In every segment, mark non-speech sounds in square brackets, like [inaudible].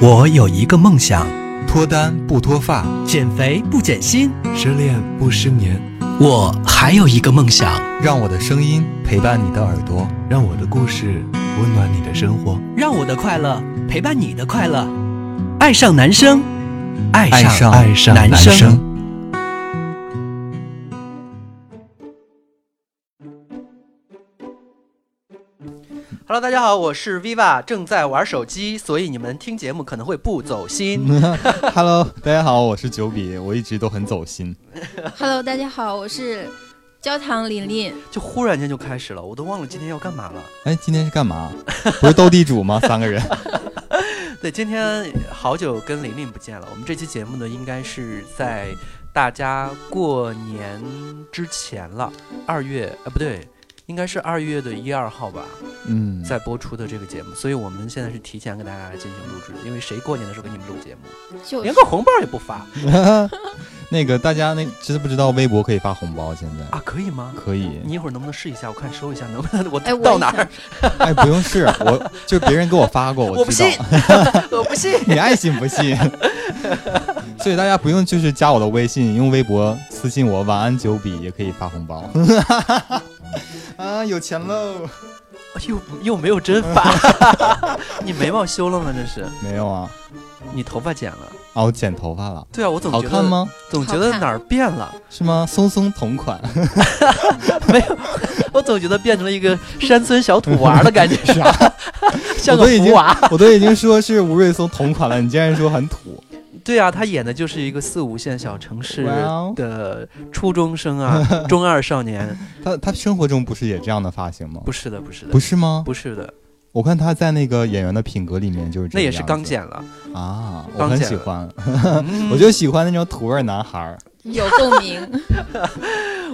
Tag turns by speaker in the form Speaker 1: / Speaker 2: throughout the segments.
Speaker 1: 我有一个梦想，
Speaker 2: 脱单不脱发，
Speaker 1: 减肥不减薪。
Speaker 2: 失恋不失眠。
Speaker 1: 我还有一个梦想，
Speaker 2: 让我的声音陪伴你的耳朵，让我的故事温暖你的生活。
Speaker 1: 让我的快乐陪伴你的快乐。爱上男生，爱
Speaker 2: 爱
Speaker 1: 上
Speaker 2: 上爱上男生。
Speaker 3: Hello，大家好，我是 Viva，正在玩手机，所以你们听节目可能会不走心。
Speaker 4: [laughs] Hello，大家好，我是九比，我一直都很走心。
Speaker 5: Hello，大家好，我是焦糖琳琳。
Speaker 3: 就忽然间就开始了，我都忘了今天要干嘛了。
Speaker 4: [laughs] 哎，今天是干 [laughs] 嘛？不是斗地主吗？三个 [laughs] 人。
Speaker 3: 对，今天好久跟琳琳不见了。我们这期节目呢，应该是在大家过年之前了，二月啊、呃不对，应该是二月的一二号吧，
Speaker 4: 嗯，
Speaker 3: 在播出的这个节目。所以我们现在是提前给大家进行录制，因为谁过年的时候给你们录节目，
Speaker 5: 就
Speaker 3: 连个红包也不发
Speaker 4: [laughs] 那个大家那知不知道微博可以发红包？现 [laughs] 在
Speaker 3: 啊？可以吗？
Speaker 4: 可以。
Speaker 3: 你一会儿能不能试一下？我看收一下能不能我
Speaker 5: 哎，我
Speaker 3: 到
Speaker 5: 也
Speaker 3: 哪儿
Speaker 5: 想？
Speaker 4: 哎，不用试，我就别人给我发过，
Speaker 3: 我不
Speaker 4: 知道
Speaker 3: 信。我
Speaker 4: [laughs]
Speaker 3: 不信。
Speaker 4: 你爱信不信？所以大家不用就是加我的微信，用微博私信我“晚安九比”也可以发红包。 [laughs] 啊，有钱喽！
Speaker 3: [laughs] 又不又没有真发， [laughs] 你眉毛修了吗？这是
Speaker 4: 没有啊？
Speaker 3: 你头发剪了？
Speaker 4: 啊，我剪头发了，
Speaker 3: 对啊，我总
Speaker 4: 好
Speaker 3: 觉得
Speaker 4: 看？吗？
Speaker 3: 总觉得
Speaker 5: 好看
Speaker 3: 哪儿变了，
Speaker 4: 是吗？松松同款。
Speaker 3: 我总觉得变成了一个山村小土娃儿的
Speaker 4: [laughs]
Speaker 3: 感觉，
Speaker 4: 啥？
Speaker 3: 像
Speaker 4: 我
Speaker 3: 个
Speaker 4: 都已
Speaker 3: 福
Speaker 4: 经
Speaker 3: 娃。
Speaker 4: 我都已经说是吴瑞松同款了，你竟然说很土。
Speaker 3: 对啊，他演的就是一个四五线小城市
Speaker 4: 哇哦
Speaker 3: 的初中生
Speaker 4: [laughs]
Speaker 3: 啊，中二少年。
Speaker 4: 他他生活中不是也这样的发型吗？
Speaker 3: 不是的，不是的，
Speaker 4: 不是吗？
Speaker 3: 不是的，
Speaker 4: 我看他在那个演员的品格里面就是这
Speaker 3: 那
Speaker 4: 个
Speaker 3: 也是
Speaker 4: 样
Speaker 3: 刚
Speaker 4: 子
Speaker 3: 剪了。
Speaker 4: 啊，我
Speaker 3: 刚
Speaker 4: 很
Speaker 3: 剪
Speaker 4: 喜
Speaker 3: 了
Speaker 4: 欢，[laughs]
Speaker 3: 嗯
Speaker 4: 我就喜欢那种土味男孩儿。
Speaker 5: 有共鸣。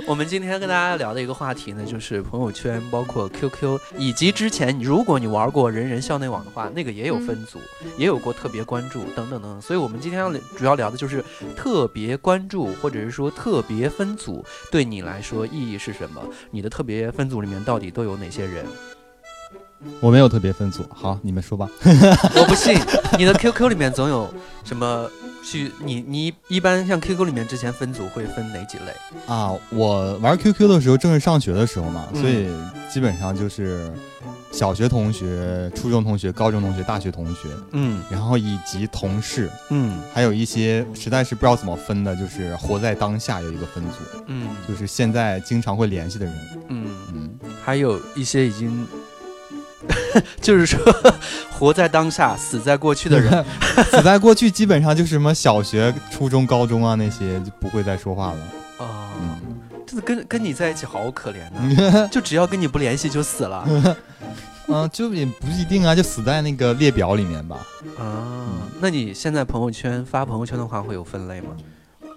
Speaker 3: 我们今天跟大家聊的一个话题呢，就是朋友圈，包括 QQ，以及之前如果你玩过人人校内网的话，那个也有分组，也有过特别关注等等等等。所以我们今天要聊主要聊的就是特别关注，或者是说特别分组对你来说意义是什么？你的特别分组里面到底都有哪些 [laughs] 人？
Speaker 4: 我没有特别分组，好，你们说吧。
Speaker 3: 我不信，你的 QQ 里面总有什么去？你你一般像 QQ 里面之前分组会分哪几类？
Speaker 4: 啊，我玩 QQ 的时候正是上学的时候嘛，
Speaker 3: 嗯
Speaker 4: 所以基本上就是小学同学、初中同学、高中同学、大学同学，
Speaker 3: 嗯
Speaker 4: 然后以及同事，
Speaker 3: 嗯
Speaker 4: 还有一些实在是不知道怎么分的，就是活在当下有一个分组。
Speaker 3: 嗯
Speaker 4: 就是现在经常会联系的人。
Speaker 3: 嗯。
Speaker 4: 嗯，
Speaker 3: 还有一些已经， [laughs] 就是说活在当下、死在过去的
Speaker 4: [laughs]
Speaker 3: 人，
Speaker 4: [laughs] 死在过去基本上就是什么小学、初中、高中啊那些就不会再说话了。
Speaker 3: 啊，
Speaker 4: 嗯，
Speaker 3: 就是跟跟你在一起好可怜呐、就只要跟你不联系就死了
Speaker 4: 嗯、就也不一定啊，就死在那个列表里面吧。
Speaker 3: 啊。那你现在朋友圈发朋友圈的话会有分类吗？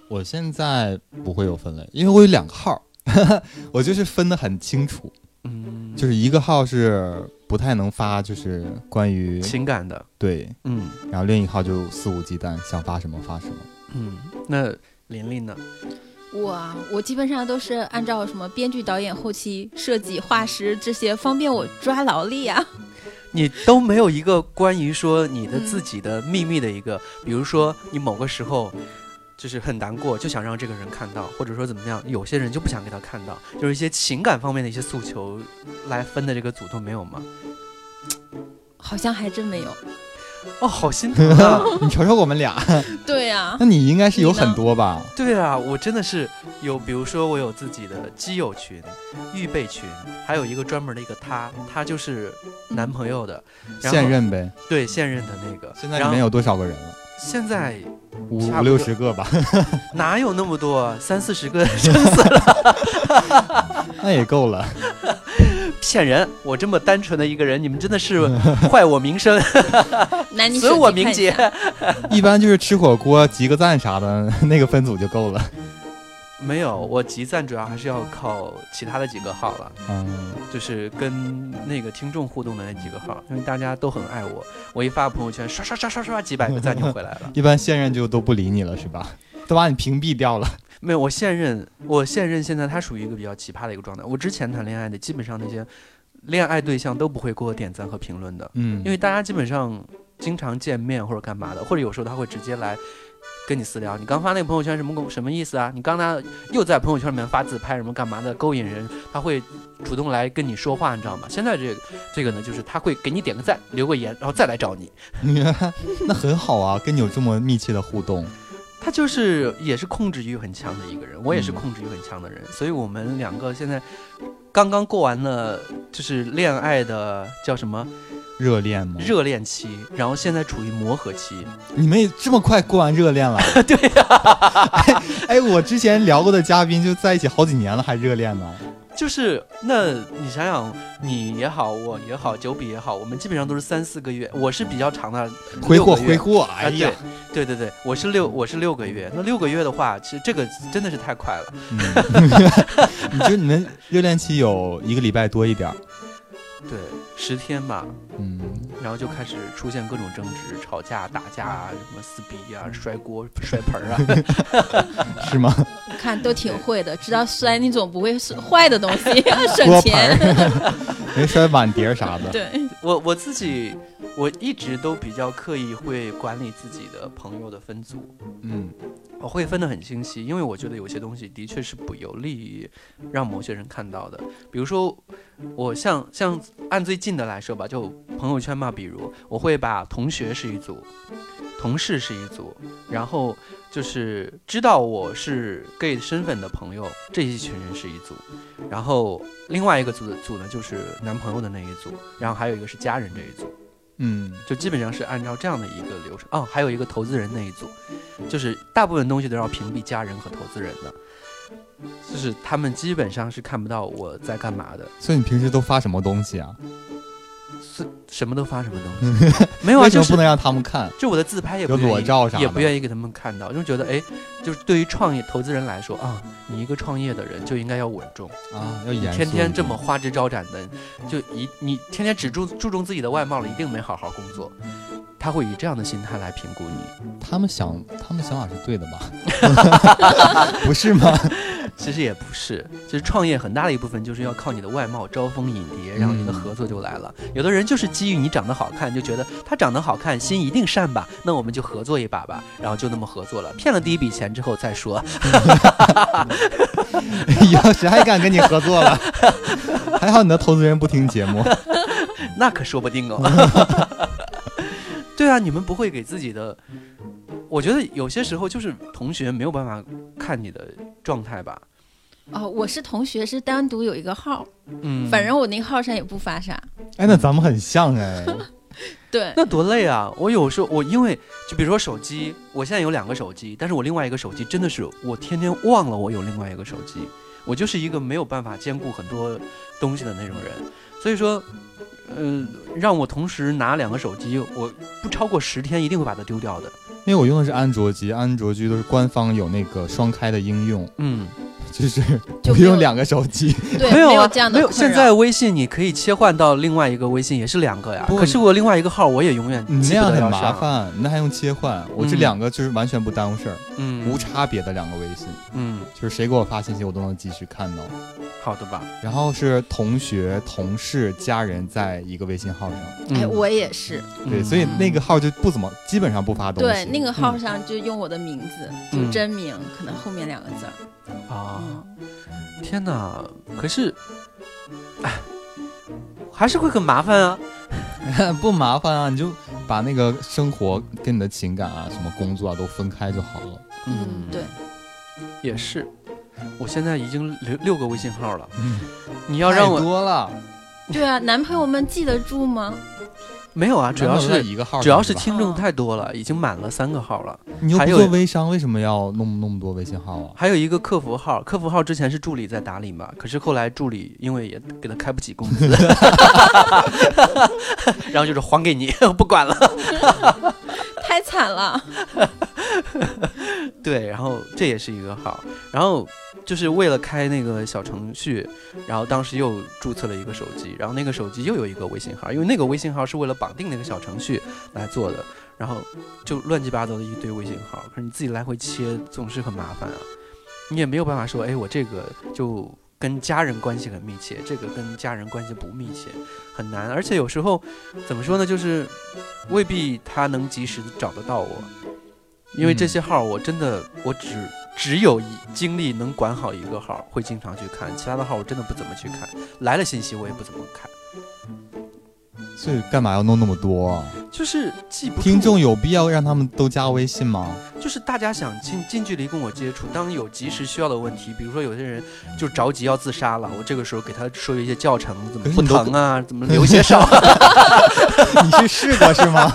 Speaker 4: 我现在不会有分类，因为我有两个号， [laughs] 我就是分得很清楚，
Speaker 3: 嗯，
Speaker 4: 就是一个号是不太能发，就是关于
Speaker 3: 情感的，
Speaker 4: 对，
Speaker 3: 嗯
Speaker 4: 然后另一个号就肆无忌惮，想发什么发什
Speaker 3: [laughs]
Speaker 4: 么。
Speaker 3: 嗯。那琳琳呢？
Speaker 5: 我啊，我基本上都是按照什么编剧、导演、后期、设计、画师这些，方便我抓劳力啊。
Speaker 3: 你都没有一个关于说你的
Speaker 5: 嗯
Speaker 3: 自己的秘密的一个，比如说你某个时候就是很难过，就想让这个人看到，或者说怎么样，有些人就不想给他看到，就是一些情感方面的一些诉求来分的这个组都没有吗？
Speaker 5: 好像还真没有。
Speaker 3: [laughs] 哦，好心疼啊！
Speaker 4: 你瞅瞅我们俩， [laughs]
Speaker 5: 对啊
Speaker 3: 嗯
Speaker 4: 那，你应该是有
Speaker 5: 你呢
Speaker 4: 很多吧？
Speaker 3: [laughs] 对啊，我真的是有，比如说我有自己的基友群、预备群，还有一个专门的一个他，他就是男朋友的，然后
Speaker 4: 现任呗。
Speaker 3: 对现任的那个，
Speaker 4: 现在里
Speaker 3: 然后
Speaker 4: 面有多少个人了？
Speaker 3: 现在
Speaker 4: 五
Speaker 3: 差
Speaker 4: 五
Speaker 3: 不
Speaker 4: 六
Speaker 3: 多
Speaker 4: 十个吧， [laughs]
Speaker 3: 哪有那么多啊，三四十个 [laughs]
Speaker 4: 那也够了。
Speaker 3: 骗人！我这么单纯的一个人，你们真的是坏我名声，
Speaker 5: 哎男女
Speaker 3: 损
Speaker 5: 手
Speaker 3: 我
Speaker 5: 机看
Speaker 3: 名
Speaker 5: 一
Speaker 3: 节
Speaker 5: 下。。
Speaker 4: 一般就是吃火锅、集个赞啥的， [laughs] 那个分组就够了。
Speaker 3: 没有，我集赞主要还是要靠其他的几个号了，
Speaker 4: 嗯，
Speaker 3: 就是跟那个听众互动的那几个号，因为大家都很爱我，我一发朋友圈，刷刷刷刷刷，几百个赞就回来
Speaker 4: [laughs]。
Speaker 3: 了
Speaker 4: 一般现任就都不理你了，是吧？都把你屏蔽掉了。
Speaker 3: 没有，我现任，我现任现在他属于一个比较奇葩的一个状态。我之前谈恋爱的，基本上那些恋爱对象都不会给我点赞和评论的，
Speaker 4: 嗯
Speaker 3: 因为大家基本上经常见面或者干嘛的，或者有时候他会直接来跟你私聊，你刚发那个朋友圈什么公什么意思啊？你刚才又在朋友圈里面发自拍什么干嘛的，勾引人，他会主动来跟你说话，你知道吗？现在这个这个呢，就是他会给你点个赞，留个言，然后再来找你。
Speaker 4: [laughs] 那很好啊，跟你有这么密切的互动，
Speaker 3: 他就是也是控制欲很强的一个人，我也是
Speaker 4: 嗯
Speaker 3: 控制欲很强的人，所以我们两个现在刚刚过完了就是恋爱的叫什么
Speaker 4: 热恋吗？
Speaker 3: 热恋期，然后现在处于磨合期。
Speaker 4: 你们也这么快过完热恋
Speaker 3: [laughs]
Speaker 4: 了？对呀、 [laughs] 哎，我之前聊过的嘉宾就在一起好几年了，还热恋呢。
Speaker 3: 就是，那你想想，你也好，我也好，九比也好，我们基本上都是三四个月，我是比较长的，
Speaker 4: 挥霍
Speaker 3: 六个月
Speaker 4: 挥霍，
Speaker 3: 啊
Speaker 4: 哎呀，
Speaker 3: 对，对对对，我是六，我是六个月。那六个月的话，其实这个真的是太快了。
Speaker 4: 嗯 [laughs] 你觉得你们热恋期有一个礼拜多一点儿？
Speaker 3: 对，十天吧，
Speaker 4: 嗯，
Speaker 3: 然后就开始出现各种争执、吵架、打架啊，什么撕逼啊、摔锅、摔盆儿啊。
Speaker 4: 是
Speaker 3: [laughs]
Speaker 4: 吗？
Speaker 5: 看都挺会的，知道摔你总不会摔坏的东西，省
Speaker 4: 锅
Speaker 5: 钱
Speaker 4: 盆。儿，没摔碗碟儿啥的。
Speaker 5: 对，
Speaker 3: 我我自己，我一直都比较刻意会管理自己的朋友的分组，
Speaker 4: 嗯，
Speaker 3: 我会分得很清晰，因为我觉得有些东西的确是不有利于让某些人看到的。比如说，我像像按最近的来说吧，就朋友圈嘛，比如我会把同学是一组，同事是一组，然后就是知道我是 gay 身份的朋友这一群人是一组，然后另外一个组的组呢就是男朋友的那一组，然后还有一个是家人这一组。
Speaker 4: 嗯，
Speaker 3: 就基本上是按照这样的一个流程哦，还有一个投资人那一组，就是大部分东西都要屏蔽家人和投资人的，就是他们基本上是看不到我在干嘛的，
Speaker 4: 所以你平时都发什么东西啊？
Speaker 3: 是什么都发什么东西，
Speaker 4: [laughs]
Speaker 3: 没有啊，
Speaker 4: 为什
Speaker 3: 就
Speaker 4: 么不
Speaker 3: 是
Speaker 4: 能让他们看？
Speaker 3: 就我的自拍也
Speaker 4: 有
Speaker 3: 不愿意
Speaker 4: 裸照啥的
Speaker 3: 也不愿意给他们看到，就觉得哎，就是对于创业投资人来说啊，你一个创业的人就应该要稳重，
Speaker 4: 啊，要严肃一点。
Speaker 3: 天天这么花枝招展的，就一你天天只注注重自己的外貌了，一定没好好工作，他会以这样的心态来评估你。
Speaker 4: 他们想，他们想法是对的吧？
Speaker 3: [laughs]
Speaker 4: [laughs] 不是吗？
Speaker 3: 其实也不是，其实创业很大的一部分就是要靠你的外貌招蜂引蝶，然后你的
Speaker 4: 嗯
Speaker 3: 合作就来了。有的人就是基于你长得好看，就觉得他长得好看，心一定善吧，那我们就合作一把吧，然后就那么合作了，骗了第一笔钱之后再说。 [laughs]
Speaker 4: [laughs] 以后谁还敢跟你合作了？ [laughs] 还好你的投资人不听节目。
Speaker 3: 那可说不定哦。 [laughs] 对啊，你们不会给自己的，我觉得有些时候就是同学没有办法看你的状态吧。
Speaker 5: 哦，我是同学，是单独有一个号，
Speaker 3: 嗯，
Speaker 5: 反正我那个号上也不发啥。
Speaker 4: 哎，那咱们很像哎。
Speaker 5: 对，
Speaker 3: 那多累啊！我有时候我因为就比如说手机，我现在有两个手机，但是我另外一个手机真的是我天天忘了我有另外一个手机，我就是一个没有办法兼顾很多东西的那种人。所以说，呃，让我同时拿两个手机，我不超过十天一定会把它丢掉的。
Speaker 4: 因为我用的是安卓机，安卓机都是官方有那个双开的应用，
Speaker 3: 嗯，
Speaker 4: 就是
Speaker 5: 就
Speaker 4: 不
Speaker 5: 没有
Speaker 4: 用两个手
Speaker 3: [laughs]
Speaker 4: 机。
Speaker 5: 对，
Speaker 3: 有啊，
Speaker 5: 这样的
Speaker 3: 没有。
Speaker 5: 困
Speaker 3: 现
Speaker 5: 扰
Speaker 3: 在微信你可以切换到另外一个微信，也是两个呀。
Speaker 4: 不
Speaker 3: 可是我另外一个号我也永远
Speaker 4: 你
Speaker 3: 记
Speaker 4: 那样
Speaker 3: 不得
Speaker 4: 很
Speaker 3: 要
Speaker 4: 麻
Speaker 3: 上。
Speaker 4: 烦，你那还用切换？我这
Speaker 3: 嗯
Speaker 4: 两个就是完全不耽误事儿，
Speaker 3: 嗯，
Speaker 4: 无差别的两个微信，
Speaker 3: 嗯，
Speaker 4: 就是谁给我发信息我都能及时看到。
Speaker 3: 好的吧。
Speaker 4: 然后是同学、同事、家人在一个微信号上，
Speaker 5: 哎，
Speaker 3: 嗯
Speaker 5: 我也是，
Speaker 4: 对，
Speaker 3: 嗯
Speaker 4: 所以那个号就不怎么，基本上不发东西。
Speaker 5: 对，那个号上就用我的名字，
Speaker 3: 嗯
Speaker 5: 就真名，可能后面两个字儿。
Speaker 3: 啊。
Speaker 5: 嗯，
Speaker 3: 天哪！可是，哎，还是会很麻烦啊。
Speaker 4: [laughs] 不麻烦啊，你就把那个生活跟你的情感啊、什么工作啊都分开就好了。
Speaker 5: 嗯对，
Speaker 3: 也是。我现在已经六六个微信号了，
Speaker 4: 嗯，
Speaker 3: 你要让
Speaker 4: 太
Speaker 3: 我
Speaker 4: 多了，
Speaker 5: 对啊，男朋友们记得住吗？
Speaker 3: 没有啊？主要
Speaker 4: 男朋友在
Speaker 3: 是
Speaker 4: 一个号上吧，
Speaker 3: 主要是听众
Speaker 5: 啊
Speaker 3: 太多了，已经满了三个号了。
Speaker 4: 你又
Speaker 3: 还
Speaker 4: 不
Speaker 3: 有
Speaker 4: 做微商，为什么要弄那么多微信号啊？
Speaker 3: 还有一个客服号，客服号之前是助理在打理嘛，可是后来助理因为也给他开不起工
Speaker 4: [laughs]
Speaker 3: 资， [laughs] 然后就是还给你， [laughs] 不管了。
Speaker 5: 太惨了。
Speaker 3: [laughs] 对，然后这也是一个号，然后就是为了开那个小程序，然后当时又注册了一个手机，然后那个手机又有一个微信号，因为那个微信号是为了绑定那个小程序来做的，然后就乱七八糟的一堆微信号，可是你自己来回切总是很麻烦啊，你也没有办法说，哎，我这个就跟家人关系很密切，这个跟家人关系不密切很难。而且有时候怎么说呢，就是未必他能及时地找得到我，因为这些
Speaker 4: 嗯
Speaker 3: 号儿我真的我只只有一精力能管好一个号儿，会经常去看，其他的号儿我真的不怎么去看，来了信息我也不怎么看，
Speaker 4: 所以干嘛要弄那么多啊？
Speaker 3: 就是记不住
Speaker 4: 听众有必要让他们都加微信
Speaker 3: [laughs]
Speaker 4: 吗？
Speaker 3: 就是大家想近近距离跟我接触，当有及时需要的问题，比如说有些人就着急要自杀了，我这个时候给他说一些教程，怎么
Speaker 4: 可是
Speaker 3: 不
Speaker 4: 你都哎
Speaker 3: 疼啊，怎么流血少啊，
Speaker 4: [laughs] 你是试过是吗？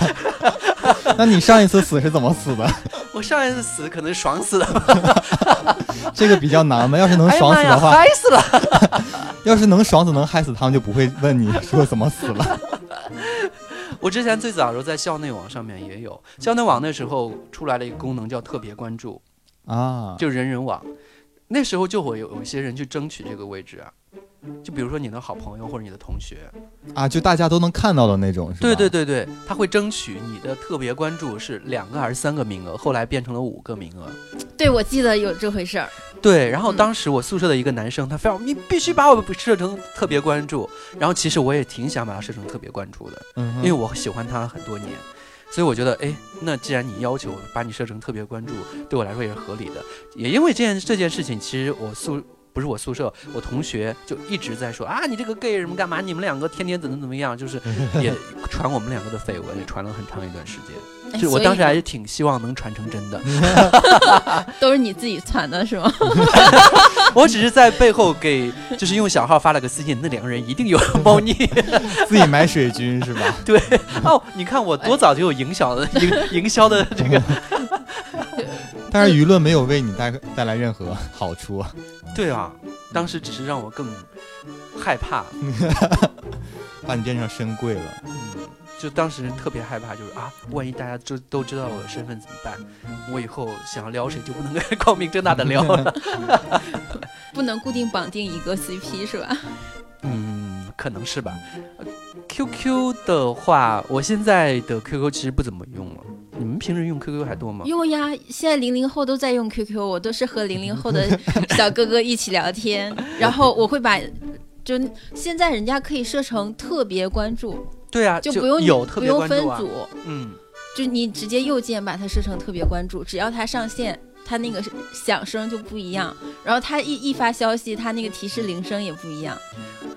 Speaker 4: [laughs] 那你上一次死是怎么死的？
Speaker 3: 我上一次死可能爽死了，
Speaker 4: 这个比较难吧？要是能
Speaker 3: 哎呀
Speaker 4: 爽
Speaker 3: 妈 [laughs]
Speaker 4: 死
Speaker 3: 呀，
Speaker 4: 的话，
Speaker 3: 嗨死了！
Speaker 4: 要是能爽死能害死，他们就不会问你说怎么死了。
Speaker 3: 我之前最早的时候在校内网上面也有，校内网那时候出来了一个功能叫特别关注，
Speaker 4: 啊，
Speaker 3: 就人人网，那时候就会有有一些人去争取这个位置啊。就比如说你的好朋友或者你的同学，
Speaker 4: 啊，就大家都能看到的那种，是吧？
Speaker 3: 对对对对，他会争取你的特别关注是两个还是三个名额，后来变成了五个名额。
Speaker 5: 对，我记得有这回事儿。
Speaker 3: 对，然后
Speaker 5: 嗯
Speaker 3: 当时我宿舍的一个男生，他非要你必须把我设成特别关注，然后其实我也挺想把他设成特别关注的，
Speaker 4: 嗯哼，
Speaker 3: 因为我喜欢他很多年，所以我觉得，哎，那既然你要求把你设成特别关注，对我来说也是合理的。也因为这件这件事情，其实我宿不是我宿舍，我同学就一直在说啊，你这个 gay 什么干嘛？你们两个天天怎么怎么样？
Speaker 5: [laughs]
Speaker 3: 就是也传我们两个的绯闻，也传了很长一段时间。
Speaker 5: 哎
Speaker 3: 就我
Speaker 5: 所以
Speaker 3: 当时还是挺希望能传成真的，
Speaker 5: 都是你自己传的是吗？ [laughs]
Speaker 3: [laughs] 我只是在背后给，就是用小号发了个私信，那两个人一定有猫腻。
Speaker 4: [laughs] 自己买水军是
Speaker 3: [laughs]
Speaker 4: 吧？
Speaker 3: 对，哦，你看我多早就有营销的营 [laughs] 营销的这个，
Speaker 4: 但是舆论没有为你带带来任何好处。
Speaker 3: 对啊，当时只是让我更害怕，
Speaker 4: [laughs] 把你变成深柜了。
Speaker 3: 嗯，就当时特别害怕，就是啊，万一大家都都知道我的身份怎么办？我以后想要撩谁就不能 [laughs] 光明正大的撩了。
Speaker 5: 不能固定绑定一个 CP 是吧？
Speaker 3: 嗯，可能是吧。QQ 的话，我现在的 QQ 其实不怎么用了。你们平时用 QQ 还多吗？
Speaker 5: 用呀，现在零零后都在用 QQ，我都是和零零后的小哥哥一起聊天，然后我会把。就现在人家可以设成特别关注，
Speaker 3: 对啊，
Speaker 5: 就不用
Speaker 3: 有特
Speaker 5: 不
Speaker 3: 别
Speaker 5: 用
Speaker 3: 关
Speaker 5: 分
Speaker 3: 注啊。
Speaker 5: 组，
Speaker 3: 嗯，
Speaker 5: 就你直接右键把它设成特别关注，只要它上线，它那个是响声就不一样，然后它一一发消息，它那个提示铃声也不一样，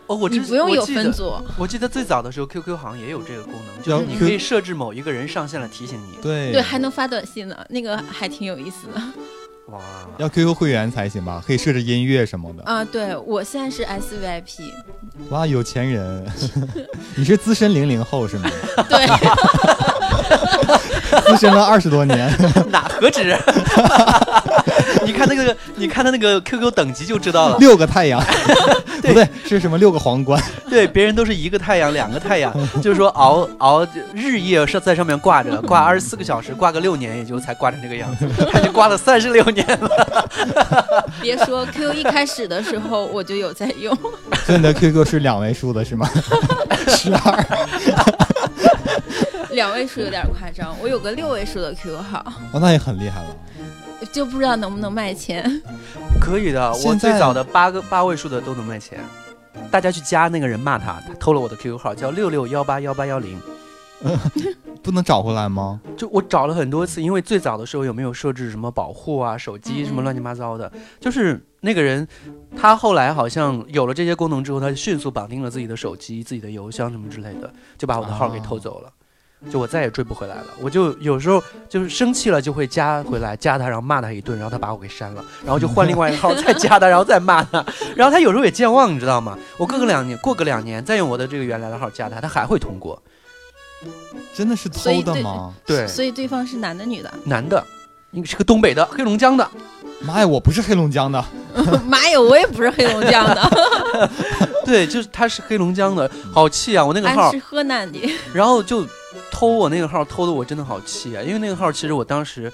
Speaker 3: 哦，我
Speaker 5: 你
Speaker 3: 之
Speaker 5: 不用
Speaker 3: 我
Speaker 5: 有
Speaker 3: 记
Speaker 5: 分
Speaker 3: 得
Speaker 5: 组，
Speaker 3: 我记得最早的时候，QQ 好像也有这个功能，就
Speaker 4: 要
Speaker 3: 是嗯你
Speaker 4: Q-
Speaker 3: 可以设置某一个人上线了提醒你。
Speaker 4: 对
Speaker 5: 对，还能发短信呢，那个还挺有意思
Speaker 3: [laughs]
Speaker 5: 的。
Speaker 3: 哇，
Speaker 4: 要 QQ 会员才行吧？可以设置音乐什么的。
Speaker 5: 啊，对我现在是 SVIP，
Speaker 4: 哇，有钱人！ [laughs] 你是资深零零后是吗？
Speaker 5: 对， [laughs]
Speaker 4: 资深了二十多年。
Speaker 3: 哪何止？ [laughs] 你看那个，你看他那个 QQ 等级就知道了。
Speaker 4: 六个太
Speaker 3: [laughs]
Speaker 4: 阳，不对，是什么六个皇冠？
Speaker 3: 对，别人都是一个太阳，两个太阳，就是说熬熬日夜是在上面挂着，挂二十四个小时，挂个六年也就才挂成这个样子，他就挂了三十六年 [laughs] 了。
Speaker 5: 别说 Q 一开始的时候我就有在用，
Speaker 4: 所以你的 QQ 是两位数的是吗？ [laughs] 十二。
Speaker 5: 两位数有点夸张，我有个六位数的 Q 号，
Speaker 4: 哦，那也很厉害了。
Speaker 5: 就不知道能不能卖钱。
Speaker 3: 可以的，我
Speaker 4: 现在
Speaker 3: 最早的八个八位数的都能卖钱。大家去加那个人骂他，他偷了我的 QQ 号，叫六六幺八幺八幺零。
Speaker 4: 不能找回来吗？
Speaker 3: 就我找了很多次，因为最早的时候有没有设置什么保护啊、手
Speaker 5: 嗯
Speaker 3: 机什么乱七八糟的，就是那个人，他后来好像有了这些功能之后，他迅速绑定了自己的手机、自己的邮箱什么之类的，就把我的号给偷走了。就我再也追不回来了，我就有时候就是生气了，就会加回来加他，然后骂他一顿，然后他把我给删了，然后就换另外一个号再加他，然后再骂他， [laughs] 然后他有时候也健忘，你知道吗？我过个两年，过个两年再用我的这个原来的号加他，他还会通过。
Speaker 4: 真的是偷的吗？
Speaker 3: 对，
Speaker 5: 所以对方是男的女的？ [laughs]
Speaker 3: 男的，你是个东北的，黑龙江的，
Speaker 4: 妈呀，我不是黑龙江的，
Speaker 5: 妈呀，我也不是黑龙江的，
Speaker 3: [laughs] 对，就是他是黑龙江的，好气啊！我那个号
Speaker 5: 哎俺是，河南的。
Speaker 3: 然后就偷我那个号，偷的我真的好气啊！因为那个号其实我当时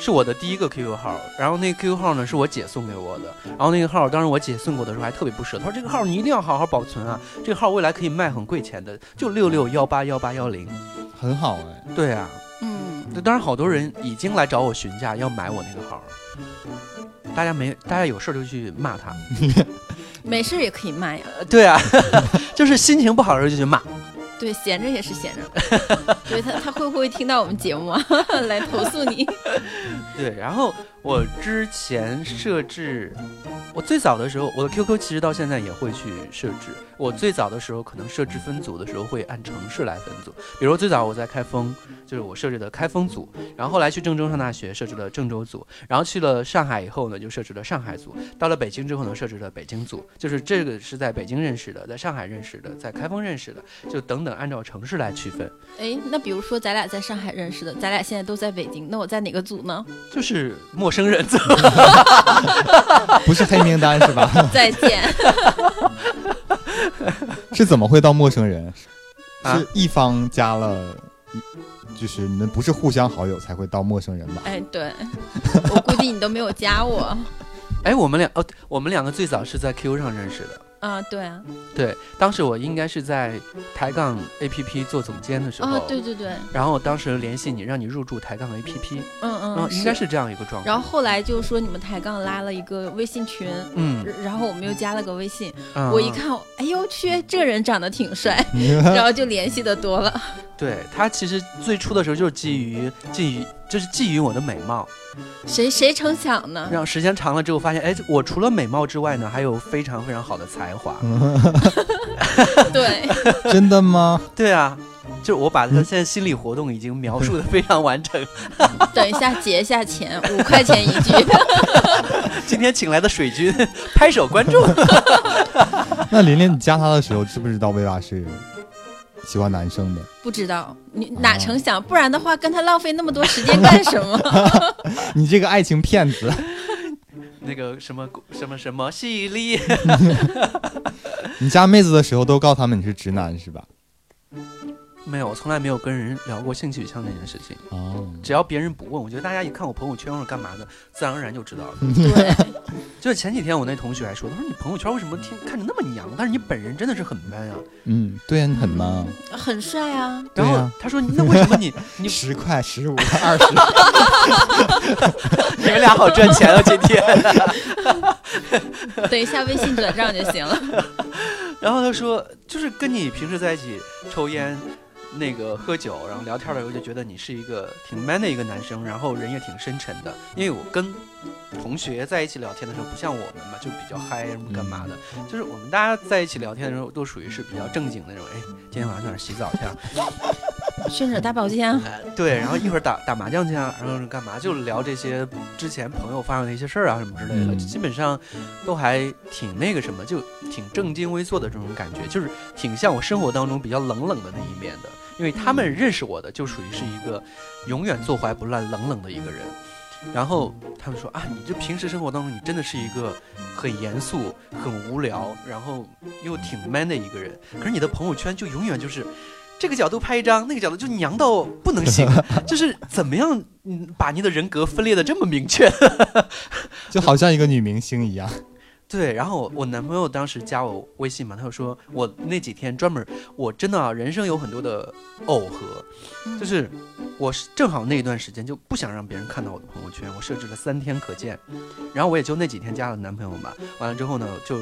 Speaker 3: 是我的第一个 QQ 号，然后那个 QQ 号呢是我姐送给我的，然后那个号当时我姐送给我的时候还特别不舍，她说这个号你一定要好好保存啊，这个号未来可以卖很贵钱的，就六六幺八幺八幺零。
Speaker 4: 很好哎。
Speaker 3: 对啊，
Speaker 5: 嗯，
Speaker 3: 那当然好多人已经来找我询价要买我那个号了，大家没大家有事儿就去骂他。
Speaker 5: 没事儿也可以骂呀，
Speaker 3: 呃对啊， [laughs] 就是心情不好的时候就去骂。
Speaker 5: 对，闲着也是闲 [laughs] 着。对他，他会不会听到我们节目 [laughs] 啊？来投诉 [laughs] 你？
Speaker 3: 对，然后我之前设置，我最早的时候，我的 QQ 其实到现在也会去设置。我最早的时候可能设置分组的时候会按城市来分组，比如最早我在开封，就是我设置的开封组，然后后来去郑州上大学设置了郑州组，然后去了上海以后呢就设置了上海组，到了北京之后呢设置了北京组，就是这个是在北京认识的，在上海认识的，在开封认识的，就等等按照城市来区分。
Speaker 5: 哎，那比如说咱俩在上海认识的，咱俩现在都在北 [laughs] 京，那我在哪个组呢？
Speaker 3: 就是陌生人组，
Speaker 4: 不是黑名单是吧？ [laughs]
Speaker 5: 再 [laughs] 见。
Speaker 4: 是怎么会到陌生人？
Speaker 3: 啊
Speaker 4: 是一方加了一，就是你们不是互相好友才会到陌生人吧？
Speaker 5: 哎，对，我估计你都没有加我。
Speaker 3: 哎，我们俩哦，我们两个最早是在 Q 上认识的。
Speaker 5: 啊，对啊，
Speaker 3: 对，当时我应该是在抬杠 APP 做总监的时候，
Speaker 5: 啊，对对对，
Speaker 3: 然后当时联系你，让你入驻抬杠 APP，
Speaker 5: 嗯嗯，
Speaker 3: 哦应该。是这样一个状况。
Speaker 5: 然后后来就说你们抬杠拉了一个微信群，
Speaker 3: 嗯，
Speaker 5: 然后我们又加了个微信，
Speaker 3: 嗯
Speaker 5: 我一，看，哎呦我去，这个人长得挺帅，
Speaker 3: [laughs]
Speaker 5: 然后就联系的多了。
Speaker 3: 对他其实最初的时候就是基于基于就是基于我的美貌，
Speaker 5: 谁谁成想呢？
Speaker 3: 然后时间长了之后发现，哎，我除了美貌之外呢，还有非常非常好的才华。
Speaker 5: 对，
Speaker 4: [laughs] 真的吗？
Speaker 3: 对啊，就是我把他现在心理活动已经描述的非常完整。
Speaker 5: 等一下结一下钱，五块钱一句。
Speaker 3: 今天请来的水军，拍手关注。
Speaker 4: 那琳琳，你加他的时候知不知道薇娃是喜欢男生的？
Speaker 5: 不知道你哪成想，不然的话跟他浪费那么多时间干什么？
Speaker 4: 你这个爱情骗子！ [laughs]
Speaker 3: 那个什么什么什么犀利，
Speaker 4: 你加妹子的时候都告诉他们你是直男是吧？
Speaker 3: 没有，我从来没有跟人聊过性取向这件事情。
Speaker 4: 哦，
Speaker 3: 只要别人不问，我觉得大家一看我朋友圈或者干嘛的，自然而然就知道了。
Speaker 5: 对，
Speaker 3: 就是前几天我那同学还说，他说你朋友圈为什么听看着那么娘，但是你本人真的是很 man 啊。
Speaker 4: 嗯，对呀、你很 man 啊。
Speaker 5: 很帅啊，
Speaker 3: 然
Speaker 4: 对
Speaker 3: 后
Speaker 4: 啊
Speaker 3: 他说，那为什么你你
Speaker 4: 十块、十五、二十， [laughs]
Speaker 3: 你们俩好赚钱啊今天？
Speaker 5: 等一下微信转账就行了。
Speaker 3: 然后他说，就是跟你平时在一起抽烟。那个喝酒，然后聊天的时候就觉得你是一个挺 man 的一个男生，然后人也挺深沉的。因为我跟同学在一起聊天的时候，不像我们嘛，就比较嗨什么干嘛的。就是我们大家在一起聊天的时候，都属于是比较正经那种。哎，今天晚上去哪儿洗澡去啊？
Speaker 5: 顺手大保健，啊
Speaker 3: 对，然后一会儿打打麻将去啊，然后是干嘛？就聊这些之前朋友发生的一些事儿啊什么之类的，
Speaker 4: 嗯
Speaker 3: 基本上都还挺那个什么，就挺正襟危坐的这种感觉，就是挺像我生活当中比较冷冷的那一面的。因为他们认识我的，就属于是一个永远坐怀不乱、冷冷的一个人。然后他们说啊，你这平时生活当中，你真的是一个很严肃、很无聊，然后又挺 man 的一个人。可是你的朋友圈就永远就是这个角度拍一张，那个角度就娘到不能行，就是怎么样嗯把你的人格分裂的这么明确？
Speaker 4: 就好像一个女明星一样。
Speaker 3: 对，然后我男朋友当时加我微信嘛，他就说我那几天专门，我真的、啊、人生有很多的耦合，就是我是正好那一段时间就不想让别人看到我的朋友圈，我设置了三天可见，然后我也就那几天加了男朋友嘛，完了之后呢，就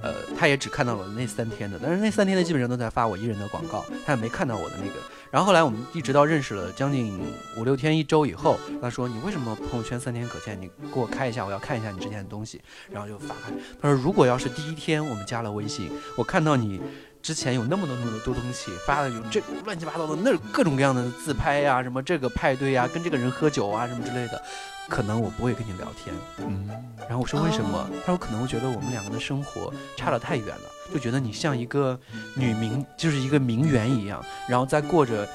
Speaker 3: 呃他也只看到了那三天的，但是那三天的基本上都在发我一人的广告，他也没看到我的那个。然后后来我们一直到认识了将近五六天一周以后，他说你为什么朋友圈三天可见？你给我开一下，我要看一下你之前的东西。然后就发他说，如果要是第一天我们加了微信，我看到你之前有那么多那么多东西，发的有这乱七八糟的，那各种各样的自拍呀、什么这个派对呀、跟这个人喝酒啊，什么之类的，可能我不会跟你聊天。
Speaker 4: 嗯，
Speaker 3: 然后我说为什么
Speaker 5: 哦？
Speaker 3: 他说可能我觉得我们两个的生活差得太远了，就觉得你像一个女名，就是一个名媛一样，然后再过着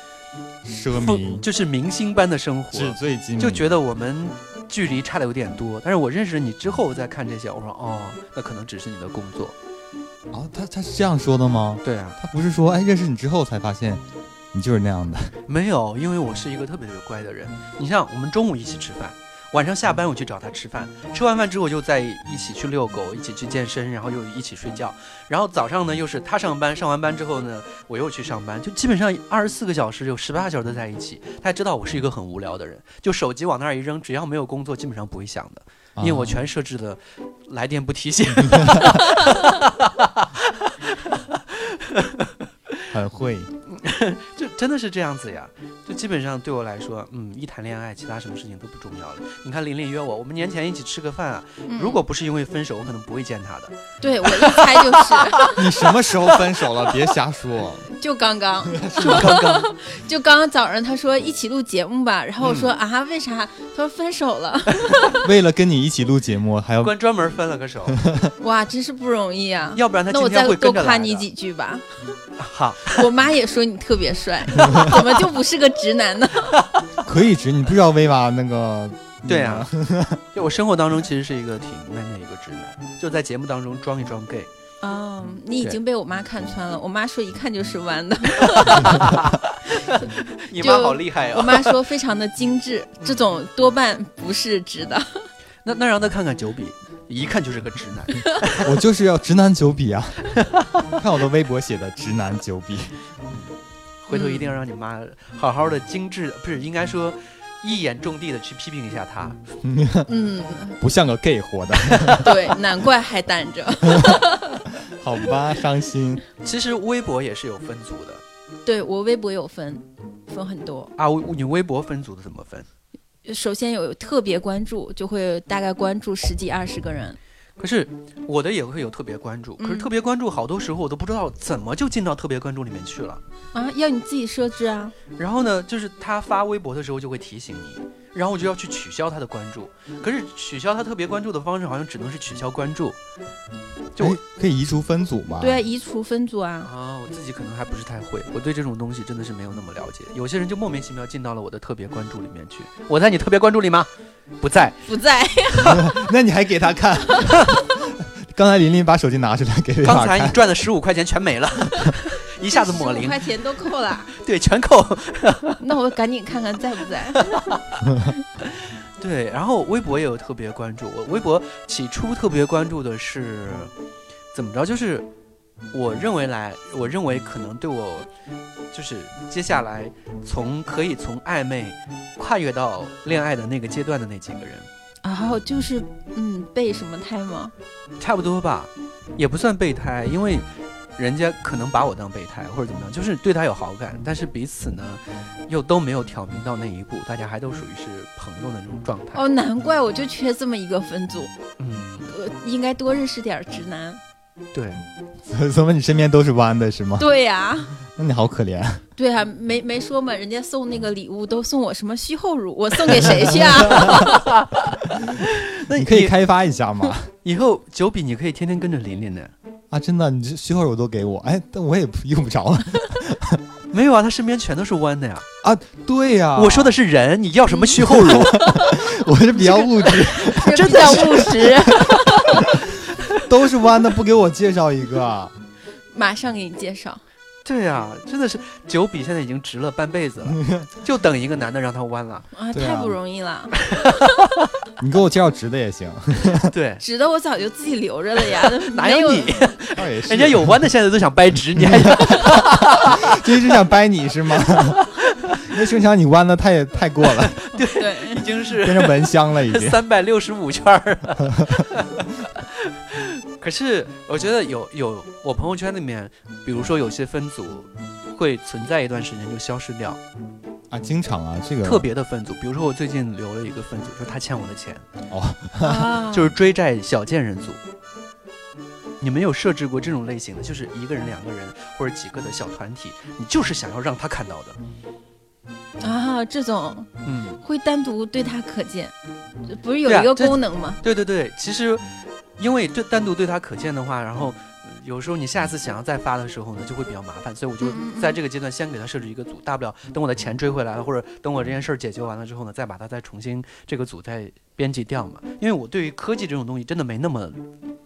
Speaker 4: 奢
Speaker 3: 不
Speaker 4: 靡，
Speaker 3: 就是明星般的生活，
Speaker 4: 纸醉金迷，
Speaker 3: 就觉得我们距离差的有点多。但是我认识你之后我再看这些，我说哦，那可能只是你的工作。
Speaker 4: 哦，他他是这样说的吗？
Speaker 3: 对啊，
Speaker 4: 他不是说哎认识你之后才发现你就是那样的，
Speaker 3: 没有，因为我是一个特别特别乖的人。你像我们中午一起吃饭，晚上下班我去找他吃饭，吃完饭之后就在一起去遛狗，一起去健身，然后又一起睡觉。然后早上呢，又是他上班，上完班之后呢，我又去上班，就基本上二十四个小时有十八小时都在一起。他知道我是一个很无聊的人，就手机往那儿一扔，只要没有工作，基本上不会响的，因
Speaker 4: 啊
Speaker 3: 为我全设置了来电不提醒。
Speaker 4: 很会，
Speaker 3: 就真的是这样子呀，就基本上对我来说，嗯，一谈恋爱，其他什么事情都不重要了。你看琳琳约我，我们年前一起吃个饭啊，
Speaker 5: 嗯
Speaker 3: 如果不是因为分手，我可能不会见她的。
Speaker 5: 对我一猜就是，
Speaker 4: 你什么时候分手了？别瞎说。
Speaker 5: 就刚
Speaker 3: [laughs]
Speaker 5: 刚，
Speaker 3: 刚刚
Speaker 5: 就刚刚早上他说一起录节目吧，然后我说、
Speaker 3: 嗯
Speaker 5: 啊，为啥？他说分手
Speaker 3: [laughs]
Speaker 5: 了，
Speaker 4: 为了跟你一起录节目，还要
Speaker 3: 关专门分了
Speaker 5: [laughs]
Speaker 3: 个手，
Speaker 5: 哇，真是不容易啊。
Speaker 3: 要不然她
Speaker 5: 那我
Speaker 3: 今
Speaker 5: 再
Speaker 3: 天会
Speaker 5: 多
Speaker 3: 跟着
Speaker 5: 夸
Speaker 3: 来
Speaker 5: 你
Speaker 3: 的。
Speaker 5: 几句吧。
Speaker 3: 好，
Speaker 5: 我妈也说你特
Speaker 3: [laughs]
Speaker 5: 别帅，怎么就不是个直男呢？
Speaker 4: 可以直，你不知道薇娃那个
Speaker 3: 对啊，就我生活当中其实是一个挺闷的一个直男，就在节目当中装一装 gay。
Speaker 5: 哦，你已经被我妈看穿了。我妈说一看就是弯的，
Speaker 3: 你
Speaker 5: 就
Speaker 3: 妈好厉害
Speaker 5: 我
Speaker 3: 哦！
Speaker 5: 妈说非常的精
Speaker 3: [laughs]
Speaker 5: 致，这种多半不是直的。
Speaker 3: 那那让他看看九比，一看就是个直
Speaker 5: [laughs]
Speaker 3: 男。
Speaker 4: 我就是要直男九比啊！ [laughs] 看我的微博写的直男九比， [laughs]
Speaker 3: 回头一
Speaker 5: 嗯
Speaker 3: 定要让你妈好好的、精致的，不是应该说一眼中地的去批评一下他。
Speaker 5: 嗯，
Speaker 4: 不像个 gay 活的，
Speaker 5: 对，难怪还单着。 [laughs]
Speaker 4: 好吧，伤心。
Speaker 3: 其实微博也是有分组的
Speaker 5: 对我微博有分，分很多。
Speaker 3: 啊，微你微博分组的怎么分？
Speaker 5: 首先有特别关注，就会大概关注十几二十个人。
Speaker 3: 可是我的也会有特别关注，可是
Speaker 5: 嗯
Speaker 3: 特别关注好多时候我都不知道怎么就进到特别关注里面去了。
Speaker 5: 啊，要你自己设置啊！
Speaker 3: 然后呢，就是他发微博的时候就会提醒你，然后我就要去取消他的关注。可是取消他特别关注的方式好像只能是取消关注。就
Speaker 4: 哎可以移除分组吗？
Speaker 5: 对啊，，移除分组啊，
Speaker 3: 啊，我自己可能还不是太会，我对这种东西真的是没有那么了解。有些人就莫名其妙进到了我的特别关注里面去。我在你特别关注里吗？不
Speaker 5: [laughs]
Speaker 3: 在。
Speaker 5: 不在。
Speaker 4: 那你还给他看？ [laughs] 刚才琳琳把手机拿出来给薇
Speaker 3: 刚
Speaker 4: 娃
Speaker 3: 才你
Speaker 4: 看，
Speaker 3: 赚的十五块钱全
Speaker 5: [laughs]
Speaker 3: 没了，一
Speaker 5: 一
Speaker 3: 下子抹
Speaker 5: 五
Speaker 3: 零，
Speaker 5: 块钱都扣了，
Speaker 3: [laughs] 对，全扣。
Speaker 5: 那我赶紧看看在不在。
Speaker 3: 对，然后微博也有特别关注。我微博起初特别关注的是怎么着，就是我认为来，我认为可能对我就是接下来从可以从暧昧跨越到恋爱的那个阶段的那几个人，
Speaker 5: 然后就是，嗯，备什么啊胎吗？
Speaker 3: 差不多吧，也不算备胎，因为人家可能把我当备胎或者怎么样，就是对他有好感，但是彼此呢又都没有挑明到那一步，大家还都属于是朋友的那种状态。
Speaker 5: 哦，难怪我就缺这么一个分组，
Speaker 3: 嗯，
Speaker 5: 呃，应该多认识点儿直男。
Speaker 3: [laughs] 对。
Speaker 4: [laughs] 怎么你身边都是弯的是吗？
Speaker 5: 对呀、
Speaker 4: 那你好可怜。
Speaker 5: 对啊，没没说嘛，人家送那个礼物都送我什么虚后乳，我送给谁去
Speaker 3: [laughs]
Speaker 5: 啊？
Speaker 3: 那
Speaker 4: 你可以开发一下
Speaker 3: [laughs]
Speaker 4: 吗？
Speaker 3: 以后九比你可以天天跟着琳琳的。
Speaker 4: 啊，真的，你这虚号我都给我，哎，但我也不 [laughs] 用不着。
Speaker 3: 没有啊，他身边全都是弯的呀。
Speaker 4: 对呀、
Speaker 3: 我 [laughs] 说的是人，你要什么虚后
Speaker 5: [laughs]
Speaker 3: 乳？
Speaker 4: 我是比较物质，
Speaker 5: 真的务实。
Speaker 4: [laughs] 都是弯的，不给我介绍一个，
Speaker 5: 马上给你介绍，
Speaker 3: 对呀、真的是九比现在已经直了半辈子了，
Speaker 5: [laughs]
Speaker 3: 就等一个男的让他弯了。
Speaker 5: 啊，
Speaker 4: 对
Speaker 5: 太
Speaker 4: 啊
Speaker 5: 不容易了。
Speaker 4: 你给我介绍直的也
Speaker 3: [laughs]
Speaker 4: 行，
Speaker 3: 对，
Speaker 5: 直的我早就自己留着了呀，
Speaker 3: [laughs] 哪
Speaker 5: 没有
Speaker 3: 有你？
Speaker 4: 倒也是。
Speaker 3: 人
Speaker 4: [laughs]
Speaker 3: 家有弯的现在都想掰直，你
Speaker 5: [laughs]
Speaker 3: 还
Speaker 4: 就一直想掰你是吗？ [laughs] 因为胸腔你弯的太太过
Speaker 3: [laughs]
Speaker 4: 了，
Speaker 5: 对
Speaker 3: 已经是
Speaker 4: 变成蚊香了已经。
Speaker 3: [laughs] 三百六十五圈儿。 [laughs] 可是我觉得有有我朋友圈里面，比如说有些分组会存在一段时间就消失掉，
Speaker 4: 啊，经常啊，这个
Speaker 5: 嗯
Speaker 3: 特别的分组，比如说我最近留了一个分组，说他欠我的钱，
Speaker 5: 啊，
Speaker 3: 就是追债小贱人组。你们有设置过这种类型的，就是一个人、两个人或者几个的小团体，你就是想要让他看到的。
Speaker 5: 啊，这种
Speaker 3: 嗯，
Speaker 5: 会单独对他可见，不是有
Speaker 3: 对啊
Speaker 5: 一个
Speaker 3: 这
Speaker 5: 功能吗？
Speaker 3: 对对对，其实因为对单独对他可见的话，然后呃有时候你下次想要再发的时候呢，就会比较麻烦，所以我就
Speaker 5: 嗯嗯嗯
Speaker 3: 在这个阶段先给他设置一个组，大不了等我的钱追回来了，或者等我这件事儿解决完了之后呢，再把它再重新这个组再编辑掉嘛。因为我对于科技这种东西真的没那么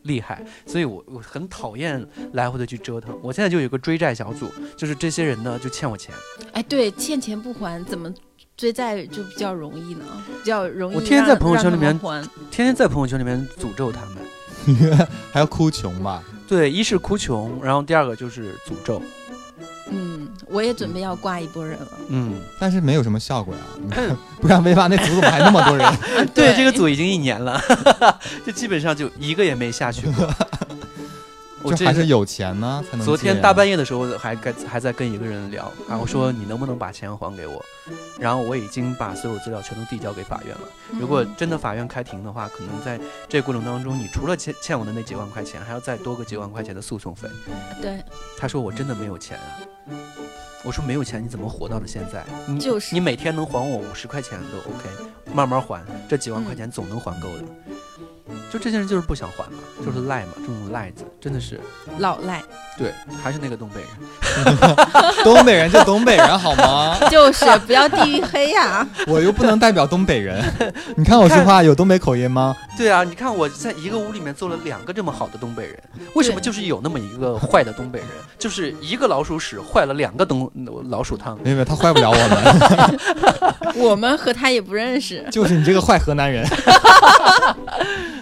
Speaker 3: 厉害，所以我我很讨厌来回的去折腾。我现在就有一个追债小组，就是这些人呢就欠我钱，
Speaker 5: 哎，对，欠钱不还怎么追债就比较容易呢，比较容易
Speaker 3: 我
Speaker 5: 让。
Speaker 3: 天天在朋友圈里面
Speaker 5: 让他们还
Speaker 3: 天天在朋友圈里面诅咒他们。
Speaker 4: [laughs] 还要哭穷吧？
Speaker 3: 对，一是哭穷，然后第二个就是诅咒。
Speaker 5: 嗯，我也准备要挂一波人了。
Speaker 3: 嗯，
Speaker 4: 但是没有什么效果呀。啊 [laughs] 不然威霸那组怎么还那么多人？
Speaker 5: 啊
Speaker 3: 对，这个组已经一年了， [laughs] 就基本上就一个也没
Speaker 4: [laughs]
Speaker 3: 下去过。 [laughs] 我
Speaker 4: 就
Speaker 3: 这
Speaker 4: 还是有钱呢才能借呀。啊
Speaker 3: 昨天大半夜的时候还跟还在跟一个人聊啊，我说你能不能把钱还给我？然后我已经把所有资料全都递交给法院了。
Speaker 4: 嗯
Speaker 3: 如果
Speaker 5: 嗯
Speaker 3: 真的法院开庭的话，可能在这过程当中，你除了欠欠我的那几万块钱，还要再多个几万块钱的诉讼费。
Speaker 5: 嗯对，
Speaker 3: 他说我真的没有钱啊。我说没有钱你怎么活到了现在？你
Speaker 5: 就是
Speaker 3: 你每天能还我五十块钱都 OK，慢慢还，这几万块钱总能还够的。就这些人就是不想还嘛，就是赖嘛，这种赖子真的是
Speaker 5: 老赖，
Speaker 3: 对，还是那个东北人。
Speaker 4: 东北人就东北人好吗？
Speaker 3: [laughs]
Speaker 5: 就是不要地域黑呀、
Speaker 4: 我又不能代表东北人。你看我说话有东北口音吗？
Speaker 3: 对啊，你看我在一个屋里面做了两个这么好的东北人，为什么
Speaker 5: 对
Speaker 3: 就是有那么一个坏的东北人？就是一个老鼠屎坏了两个东老鼠汤。
Speaker 4: 没有没有，他坏不了我们，
Speaker 5: 啊我们和他也不认识。
Speaker 4: 就是你这个坏河南人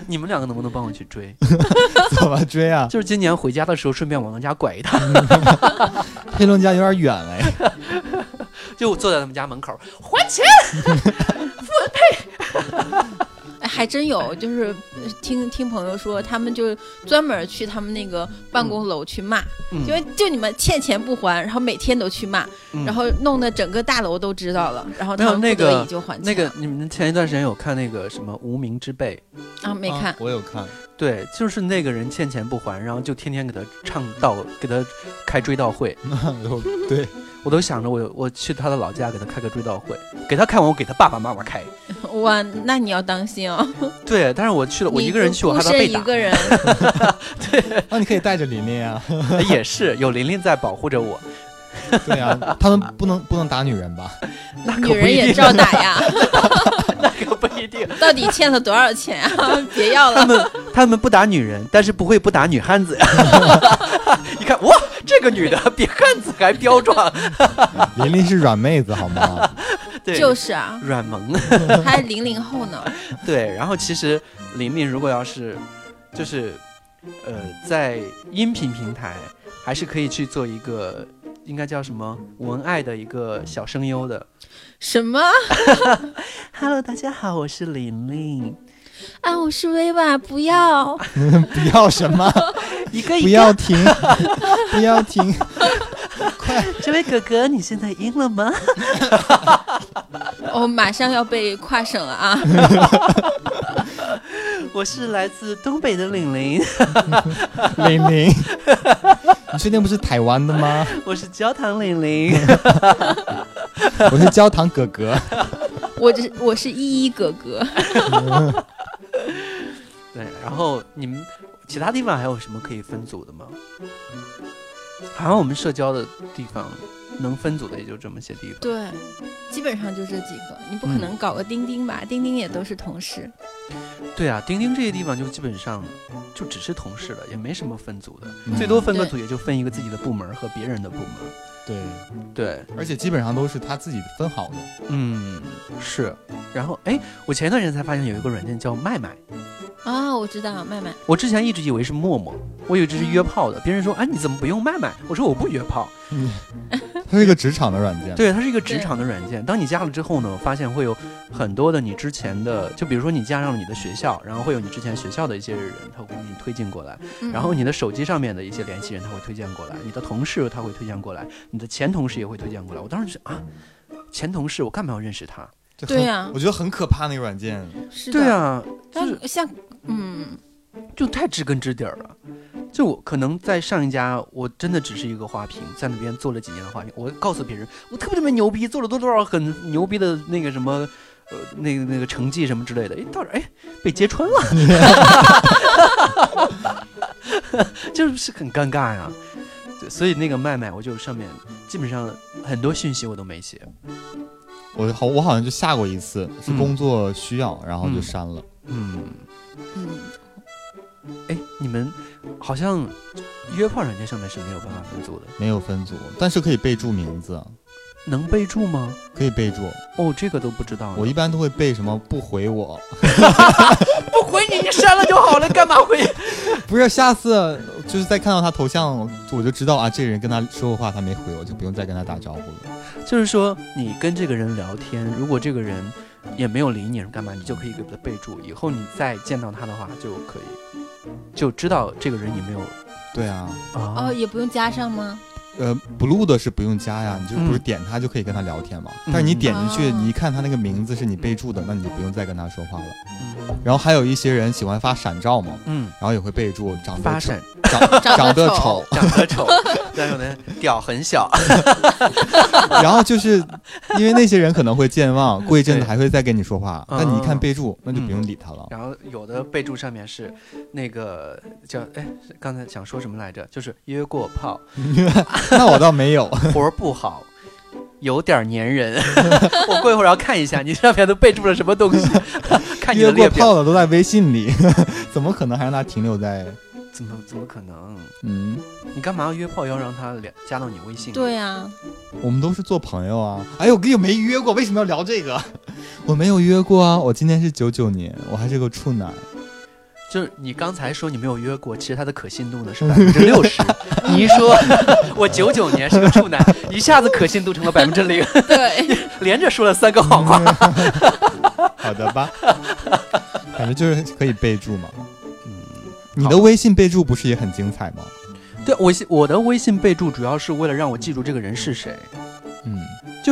Speaker 3: 你们两个能不能帮我去追？ [laughs]
Speaker 4: 怎么追啊？
Speaker 3: 就是今年回家的时候顺便往他家拐一趟，
Speaker 4: 黑龙江有点远哎了呀。
Speaker 3: 就坐在他们家门口还钱。
Speaker 5: 哎还真有，就是呃听听朋友说，他们就专门去他们那个办公楼去骂，
Speaker 3: 嗯
Speaker 5: 因为就你们欠钱不还，然后每天都去骂，
Speaker 3: 嗯
Speaker 5: 然后弄得整个大楼都知道了，然后他
Speaker 3: 没有
Speaker 5: 们
Speaker 3: 那
Speaker 5: 不
Speaker 3: 个
Speaker 5: 得已就还钱
Speaker 3: 那个，你们前一段时间有看那个什么《无名之辈
Speaker 5: 啊，没
Speaker 4: 啊
Speaker 5: 看，
Speaker 4: 我有看，》？
Speaker 3: 对，就是那个人欠钱不还，然后就天天给他唱道，给他开追悼会。
Speaker 4: 有对，
Speaker 3: 我都想着我我去他的老家给他开个追悼会，给他看完我给他爸爸妈妈开。
Speaker 5: 哇，那你要当心哦，
Speaker 3: 对，但是我去了，我
Speaker 5: 你
Speaker 3: 一个人去，我害
Speaker 5: 孤
Speaker 3: 怕
Speaker 5: 身
Speaker 3: 被
Speaker 5: 一
Speaker 3: 打。
Speaker 5: 个 [laughs] 人，
Speaker 4: 那你可以带着琳琳啊。
Speaker 3: 也是有琳琳在保护着我，
Speaker 4: 对啊，他们不能不能打女人吧？
Speaker 3: 那可
Speaker 5: 女
Speaker 3: 不
Speaker 5: 人
Speaker 3: 一
Speaker 5: 也
Speaker 3: 定，
Speaker 5: 照打呀，
Speaker 3: 那可不一定。
Speaker 5: 到底欠了多少钱啊？ [laughs] 别要
Speaker 3: 他
Speaker 5: 了，
Speaker 3: 们他们不打女人，但是不会不打女汉 [laughs]
Speaker 5: [laughs]
Speaker 3: 子。你看哇，这个女的比汉子还彪壮，
Speaker 4: 琳琳是软妹子好吗？
Speaker 3: 对，
Speaker 5: 就是啊，
Speaker 3: 软萌。
Speaker 5: 还是零零后
Speaker 3: [laughs]
Speaker 5: 呢，
Speaker 3: 对，然后其实琳琳如果要是就是呃在音频平台，还是可以去做一个应该叫什么文爱的一个小声优的。
Speaker 5: 什么
Speaker 3: Hello，大家好，我是琳琳，
Speaker 5: 啊？我是薇娃，不要。
Speaker 4: 不要什么，
Speaker 3: 一个
Speaker 4: 不要停，不要停，快！
Speaker 3: 这位哥哥，你现在赢了吗？ [laughs]
Speaker 5: 我哦马上要被跨省了啊！ [laughs]
Speaker 3: 我是来自东北的玲玲，
Speaker 4: 玲玲，你确定不是台湾的吗？
Speaker 3: 我是焦糖玲玲。
Speaker 4: 我是焦糖哥哥。
Speaker 5: 我这我是依依哥哥，
Speaker 3: [laughs] 对，然后你们其他地方还有什么可以分组的吗？好像我们社交的地方能分组的也就这么些地方。
Speaker 5: 对，基本上就这几个，你不
Speaker 3: 嗯
Speaker 5: 可能搞个钉钉吧？钉钉也都是同事，
Speaker 3: 对啊，钉钉这些地方就基本上就只是同事了，也没什么分组的，
Speaker 4: 嗯
Speaker 3: 最多分个
Speaker 5: 对
Speaker 3: 组也就分一个自己的部门和别人的部门。
Speaker 4: 对，
Speaker 3: 对，
Speaker 4: 而且基本上都是他自己分好的。
Speaker 3: 嗯，是。然后哎，我前段时间才发现有一个软件叫麦麦。
Speaker 5: 啊、我知道，麦麦，
Speaker 3: 我之前一直以为是陌陌，我以为这是约炮的。别人说，哎，你怎么不用麦麦？我说我不约炮。
Speaker 4: 嗯它是一个职场的软件。
Speaker 3: 对，它是一个职
Speaker 5: 对
Speaker 3: 场的软件。当你加了之后呢，发现会有很多的你之前的，就比如说你加上了你的学校，然后会有你之前学校的一些人，他会给你推荐过来。
Speaker 5: 嗯
Speaker 3: 然后你的手机上面的一些联系人，他会推荐过来；你的同事他会推荐过来；你的前同事也会推荐过来。我当时是啊，前同事我干嘛要认识他？
Speaker 4: 就很
Speaker 5: 对呀
Speaker 4: 我觉得很可怕那个软件。
Speaker 5: 是的，
Speaker 3: 对，啊，就
Speaker 5: 但
Speaker 3: 是
Speaker 5: 像嗯，
Speaker 3: 就太知根知底儿了。就我可能在上一家，我真的只是一个花瓶，在那边做了几年的花瓶。我告诉别人，我特别特别牛逼，做了多多少很牛逼的那个什么，呃，那个那个成绩什么之类的。哎，到这儿哎，被揭穿了， [laughs] 就是很尴尬呀、对，所以那个麦麦，我就上面基本上很多信息我都没写。
Speaker 4: 我好，我好像就下过一次，是
Speaker 3: 嗯
Speaker 4: 工作需要，然后就删了。
Speaker 3: 嗯，
Speaker 5: 嗯，
Speaker 3: 哎，你们好像约炮软件上面是没有办法分组的。
Speaker 4: 没有分组，但是可以备注名字。
Speaker 3: 能备注吗？
Speaker 4: 可以备注。
Speaker 3: 哦，这个都不知道呢。
Speaker 4: 我一般都会备什么不回我，
Speaker 3: 不回你，你删了就好了，干嘛回？
Speaker 4: [laughs] 不是下次 [laughs] 就是再看到他头像，我就知道啊，这个人跟他说过话，他没回我，就不用再跟他打招呼了。
Speaker 3: [laughs] 就是说，你跟这个人聊天，如果这个人也没有理你，干嘛，你就可以给他备注，以后你再见到他的话就可以，就知道这个人你没有
Speaker 4: 对啊，
Speaker 5: 哦，也不用加上吗？
Speaker 3: [laughs]
Speaker 4: 呃，blue 的是不用加呀，你就是不是
Speaker 3: 嗯
Speaker 4: 点他就可以跟他聊天嘛？
Speaker 3: 嗯
Speaker 4: 但是你点进去，
Speaker 5: 哦
Speaker 4: 你一看他那个名字是你备注的，那你就不用再跟他说话了。
Speaker 3: 嗯
Speaker 4: 然后还有一些人喜欢发闪照嘛，
Speaker 3: 嗯，
Speaker 4: 然后也会备注长
Speaker 3: 发
Speaker 4: 得丑
Speaker 3: 闪，
Speaker 4: 长
Speaker 5: [laughs] 长
Speaker 4: 长
Speaker 5: 得
Speaker 4: 得
Speaker 5: 丑
Speaker 4: 丑，
Speaker 3: 长得 [laughs] 丑，但是呢，屌很小。
Speaker 4: 然后就是因为那些人可能会健忘，过一阵子
Speaker 3: 对
Speaker 4: 还会再跟你说话，
Speaker 3: 嗯
Speaker 4: 但你一看备注，那就不用理他了。
Speaker 3: 然后有的备注上面是那个叫哎，刚才想说什么来着？就是约过炮，
Speaker 4: 那我倒没 [laughs] 有，
Speaker 3: [laughs] 活儿不好。有点粘人， [laughs] 我过一会儿要看一下你上面都备注了什么东西， [laughs] 看你
Speaker 4: 约
Speaker 3: 的
Speaker 4: 过
Speaker 3: 列表
Speaker 4: 炮。的都在微信里， [laughs] 怎么可能还让他停留在
Speaker 3: 怎么怎么可能？
Speaker 4: 嗯？
Speaker 3: 你干嘛要约炮要让他俩加到你微信？，
Speaker 5: 对啊呀，
Speaker 4: 我们都是做朋友啊。哎呦，我跟你没约过，为什么要聊这个？ [laughs] 我没有约过啊，我今年是九九年，我还是个处男。
Speaker 3: 就是你刚才说你没有约过，其实他的可信度
Speaker 4: [laughs]
Speaker 3: 呢是百分之六十。你一说 [laughs] 我九九年是个处男，一下子可信度成了百分之零，
Speaker 5: 对，
Speaker 3: 连着说了三
Speaker 4: [laughs]
Speaker 3: 个谎话。
Speaker 4: 嗯好的 [laughs] 吧，反正就是可以备注嘛。
Speaker 3: 嗯，
Speaker 4: 你的微信备注不是也很精彩吗？
Speaker 3: 对我信我的微信备注主要是为了让我记住这个人是谁。
Speaker 4: 嗯，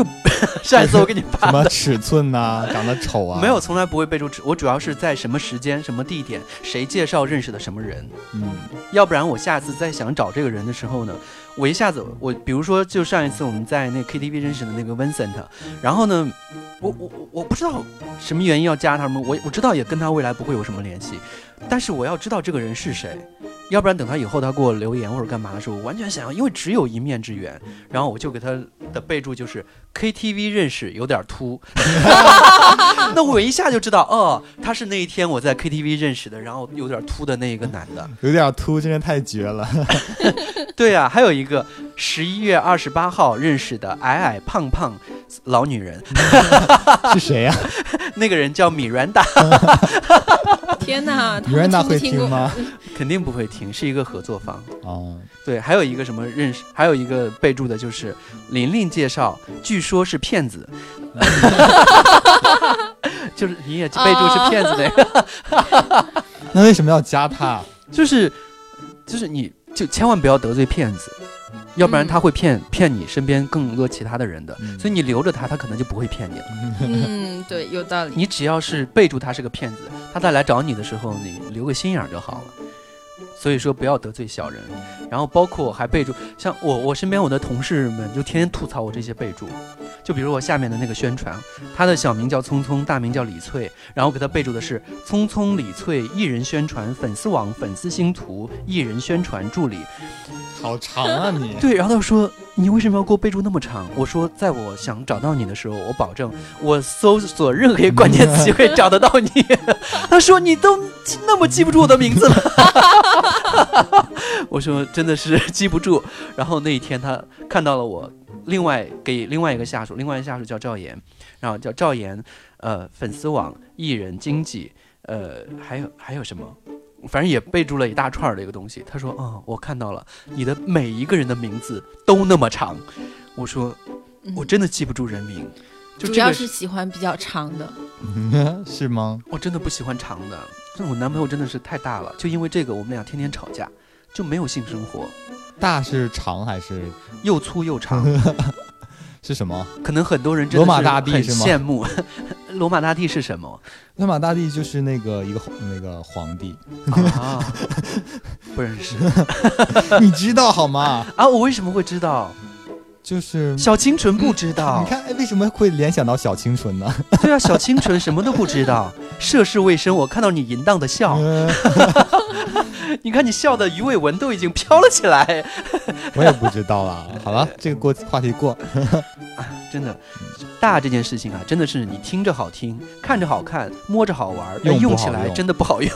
Speaker 3: [laughs] 上一次我给你
Speaker 4: 什
Speaker 3: 发
Speaker 4: 么
Speaker 3: 的。
Speaker 4: 尺寸呐、长得丑 [laughs] 啊，
Speaker 3: 没有，，从来不会备注，我主要是在什么时间、什么地点，谁介绍认识的什么人，
Speaker 4: 嗯，
Speaker 3: 要不然我下次再想找这个人的时候呢，我一下子我比如说就上一次我们在那 KTV 认识的那个 Vincent，然后呢，我我我我不知道什么原因要加他们，我我知道也跟他未来不会有什么联系，但是我要知道这个人是谁，要不然等他以后他给我留言或者干嘛的时候，我完全想要，因为只有一面之缘，然后我就给他的备注就是 KTV 认识有点秃， [laughs] 那我一下就知道哦，他是那一天我在 KTV 认识的，然后有点秃的那一个男的。
Speaker 4: 有点秃，真的太绝了。
Speaker 3: 对啊，还有一个十一月二十八号认识的矮矮胖胖老女人，
Speaker 4: [laughs]
Speaker 3: [laughs]
Speaker 4: 是谁呀、
Speaker 3: 那个人叫米兰达， [laughs]
Speaker 5: 天哪，他
Speaker 4: 米兰
Speaker 5: 们
Speaker 4: 达
Speaker 5: 听
Speaker 4: 会
Speaker 5: 没听
Speaker 4: 听
Speaker 5: 过？
Speaker 4: 吗？
Speaker 3: 肯定不会停，是一个合作方。
Speaker 4: [laughs] 哦，
Speaker 3: 对，还有一个什么认识，还有一个备注的就是琳琳介绍，据说是骗子， [laughs] 就是你也备注是骗子的，
Speaker 4: 那为什么要加他？
Speaker 3: [laughs] 就是就是你就千万不要得罪骗子，要不然他会骗骗你身边更多其他的人的，
Speaker 4: 嗯
Speaker 3: 所以你留着他，他可能就不会骗你了。
Speaker 5: 嗯，对，有道理。
Speaker 3: 你只要是备注他是个骗子，他再来找你的时候，你留个心眼儿就好了。所以说不要得罪小人，然后包括还备注，像我我身边我的同事们就天天吐槽我这些备注，就比如我下面的那个宣传，他的小名叫聪聪，大名叫李翠，然后给他备注的是聪聪李翠艺人宣传粉丝网粉丝星图艺人宣传助理，
Speaker 4: [laughs] 好长啊你。
Speaker 3: 对，然后他说你为什么要给我备注那么长？我说在我想找到你的时候，我保证我搜索任何一个关键词就可以找得到你。他说你都记那么记不住我的名字了， [laughs] 我说真的是记不住。然后那一天他看到了我，另外给另外一个下属，另外一个下属叫赵岩，然后叫赵岩，呃，粉丝网艺人经济，呃，还有还有什么？反正也备注了一大串儿的一个东西。他说：“嗯，我看到了，你的每一个人的名字都那么长。”我说：“
Speaker 5: 嗯
Speaker 3: 我真的记不住人名，就
Speaker 5: 主
Speaker 3: 这
Speaker 5: 要
Speaker 3: 个
Speaker 5: 是喜欢比较长的，
Speaker 4: [laughs] 是吗？
Speaker 3: 我真的不喜欢长的。但我男朋友真的是太大了，就因为这个我们俩天天吵架，就没有性生活，
Speaker 4: 大是长还是
Speaker 3: 又粗又
Speaker 4: [laughs]
Speaker 3: 长。
Speaker 4: 是什么？
Speaker 3: 可能很多人真
Speaker 4: 罗
Speaker 3: 的
Speaker 4: 马大帝
Speaker 3: 很
Speaker 4: 是吗
Speaker 3: 羡慕。 [laughs] 罗马大帝是什么
Speaker 4: 罗马大帝就是那个一个皇那个皇帝， [laughs]
Speaker 3: 啊？不认识
Speaker 4: 你知道好吗？
Speaker 3: 啊？我为什么会知道？
Speaker 4: [laughs] 就是
Speaker 3: 小清纯不知道
Speaker 4: 你。看，哎，为什么会联想到小清纯 [laughs] 呢？
Speaker 3: 对啊，小清纯什么都不知道，涉世未深。我看到你淫荡的笑，
Speaker 4: 嗯
Speaker 3: 你看你笑的鱼尾纹都已经飘了起来，
Speaker 4: [laughs] 我也不知道 [laughs] 啦。好了，这个过话题过。
Speaker 3: [laughs] 真的。大这件事情啊，真的是你听着好听，看着好看，摸着好玩，但
Speaker 4: 用不
Speaker 3: 用 [laughs]
Speaker 4: 好
Speaker 3: 起来
Speaker 4: 用
Speaker 3: 真的不好用。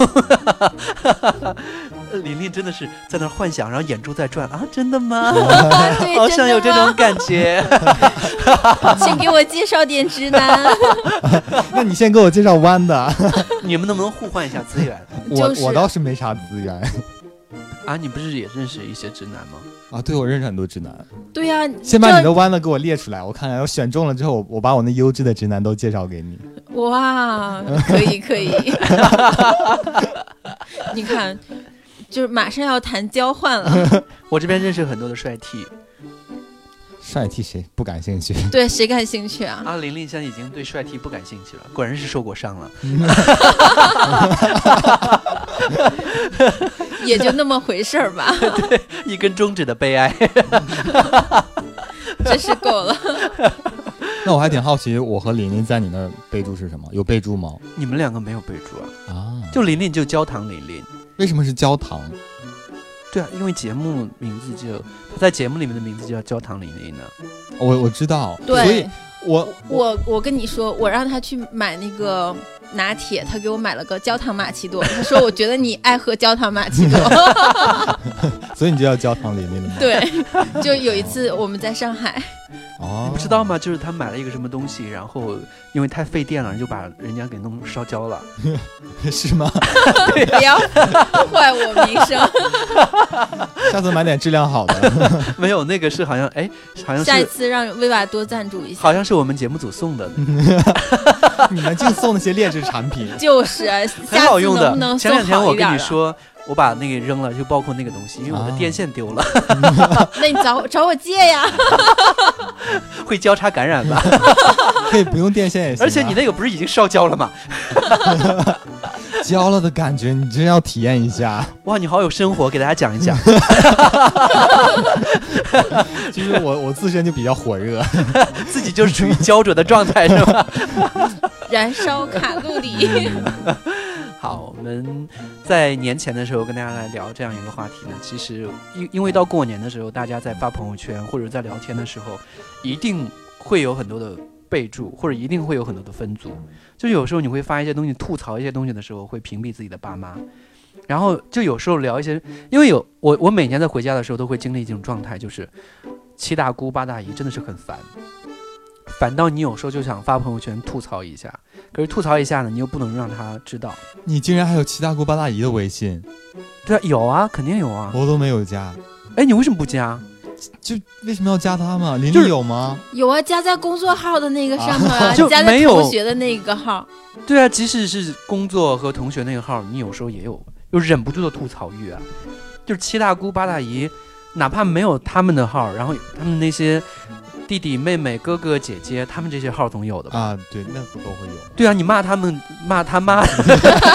Speaker 3: 琳琳真的是在那儿幻想，然后眼珠在转啊，真的
Speaker 5: [laughs]
Speaker 3: 吗？
Speaker 5: 对，
Speaker 3: [laughs] 好
Speaker 5: 哎真
Speaker 3: 想
Speaker 5: 的
Speaker 3: 有这
Speaker 5: 吗
Speaker 3: 种感觉。 [laughs]
Speaker 5: 请给我介绍点直男。
Speaker 4: 那你先给我介绍弯的，
Speaker 3: 你们能不能互换一下资源
Speaker 4: 我
Speaker 5: 就是
Speaker 4: 我倒是没啥资源
Speaker 3: [laughs] 啊？你不是也认识一些直男吗？
Speaker 4: 啊。对，我认识很多直男，
Speaker 5: 对呀、
Speaker 4: 先
Speaker 5: 这
Speaker 4: 把你的弯的给我列出来，我看看，要选中了之后，我我把我那优质的直男都介绍给你。
Speaker 5: 哇，可以
Speaker 4: [laughs]
Speaker 5: 可以。你看，就是马上要谈交换了，
Speaker 3: 我这边认识很多的帅 T
Speaker 4: 帅 T 谁不感兴趣？
Speaker 5: 对谁感兴趣啊？
Speaker 3: 啊，琳琳现在已经对帅 T 不感兴趣了，果然是受过伤了。
Speaker 5: 也就那么回事儿吧，
Speaker 3: 一根中指的悲哀。 [laughs]
Speaker 5: 真是
Speaker 4: [laughs]
Speaker 5: 够了。
Speaker 4: [laughs] 那我还挺好奇，我和琳琳在你那儿备注是什么？有备注吗？
Speaker 3: 你们两个没有备注啊？
Speaker 4: 啊，
Speaker 3: 就琳琳就焦糖琳琳。
Speaker 4: 为什么是焦糖？
Speaker 3: 对啊，因为节目名字就他在节目里面的名字就叫焦糖琳琳呢。
Speaker 4: 我我知道，所以
Speaker 5: 对，
Speaker 4: 我我
Speaker 5: 我我跟你说，我让他去买那个拿铁，他给我买了个焦糖玛奇朵，他说我觉得你爱喝焦糖玛奇朵。
Speaker 4: [laughs]
Speaker 5: [laughs]
Speaker 4: 所以你就叫焦糖琳琳了吗？
Speaker 5: 对，就有一次我们在上海，
Speaker 4: 哦，
Speaker 3: 你不知道？吗？就是他买了一个什么东西，然后因为太费电了，就把人家给弄烧焦了。
Speaker 4: 是吗？
Speaker 5: 不要 [laughs] 坏我名声。
Speaker 4: 下次买点质量好 [laughs] 的。
Speaker 3: 没有，那个是好像哎，好像
Speaker 5: 下一
Speaker 3: 是
Speaker 5: 次嗯让薇娃多赞助一下。
Speaker 3: 好像是我们节目组送的，
Speaker 4: 你们净送那些劣质产品，
Speaker 3: [laughs]
Speaker 5: 就是啊，
Speaker 3: 很
Speaker 5: 下
Speaker 3: 好
Speaker 5: 次
Speaker 3: 用的。
Speaker 5: 能不能
Speaker 3: 前
Speaker 5: 送
Speaker 3: 两天
Speaker 5: 好
Speaker 3: 我
Speaker 5: 一
Speaker 3: 跟
Speaker 5: 点
Speaker 3: 你
Speaker 5: 儿啊？
Speaker 3: 说，我把那个扔了，就包括那个东西，因为我的
Speaker 4: 啊
Speaker 3: 电线丢了， [laughs]
Speaker 5: 那你找找我借呀。
Speaker 3: 会交叉感染吧？
Speaker 4: 可以不用电线也行啊。
Speaker 3: 而且你那个不是已经烧焦了吗？
Speaker 4: 焦了的感觉，你真要体验一下。
Speaker 3: 哇，你好有生活，给大家讲一讲。
Speaker 4: 就是我我自身就比较火热，
Speaker 3: 自己就是处于焦灼的状态，是吧？
Speaker 5: 燃烧卡路里，
Speaker 3: 嗯好，我们在年前的时候跟大家来聊这样一个话题呢。其实，因因为到过年的时候，大家在发朋友圈或者在聊天的时候，一定会有很多的备注，或者一定会有很多的分组。就有时候你会发一些东西，吐槽一些东西的时候，会屏蔽自己的爸妈。然后就有时候聊一些，因为有我，我每年在回家的时候都会经历一种状态，就是七大姑八大姨真的是很烦，烦到你有时候就想发朋友圈吐槽一下，可是吐槽一下呢，你又不能让他知道。
Speaker 4: [laughs] 你竟然还有七大姑八大姨的微信，
Speaker 3: 对啊，有啊，肯定有啊。
Speaker 4: 我都没有加，
Speaker 3: 哎，你为什么不加？
Speaker 4: 就为什么要加他嘛？琳
Speaker 3: 就是
Speaker 4: 琳有吗？
Speaker 5: [laughs] 有啊，加在工作号的那个上头啊，
Speaker 3: 就
Speaker 5: 加在
Speaker 3: 没有
Speaker 5: 同学的那个号，
Speaker 3: 对啊，即使是工作和同学那个号，你有时候也有，有忍不住的吐槽欲啊。就是七大姑八大姨，哪怕没有他们的号，然后他们那些弟弟妹妹、哥哥姐姐，他们这些号总有的吧？
Speaker 4: 啊，对，那个都会有。
Speaker 3: 对啊，你骂他们，骂他妈，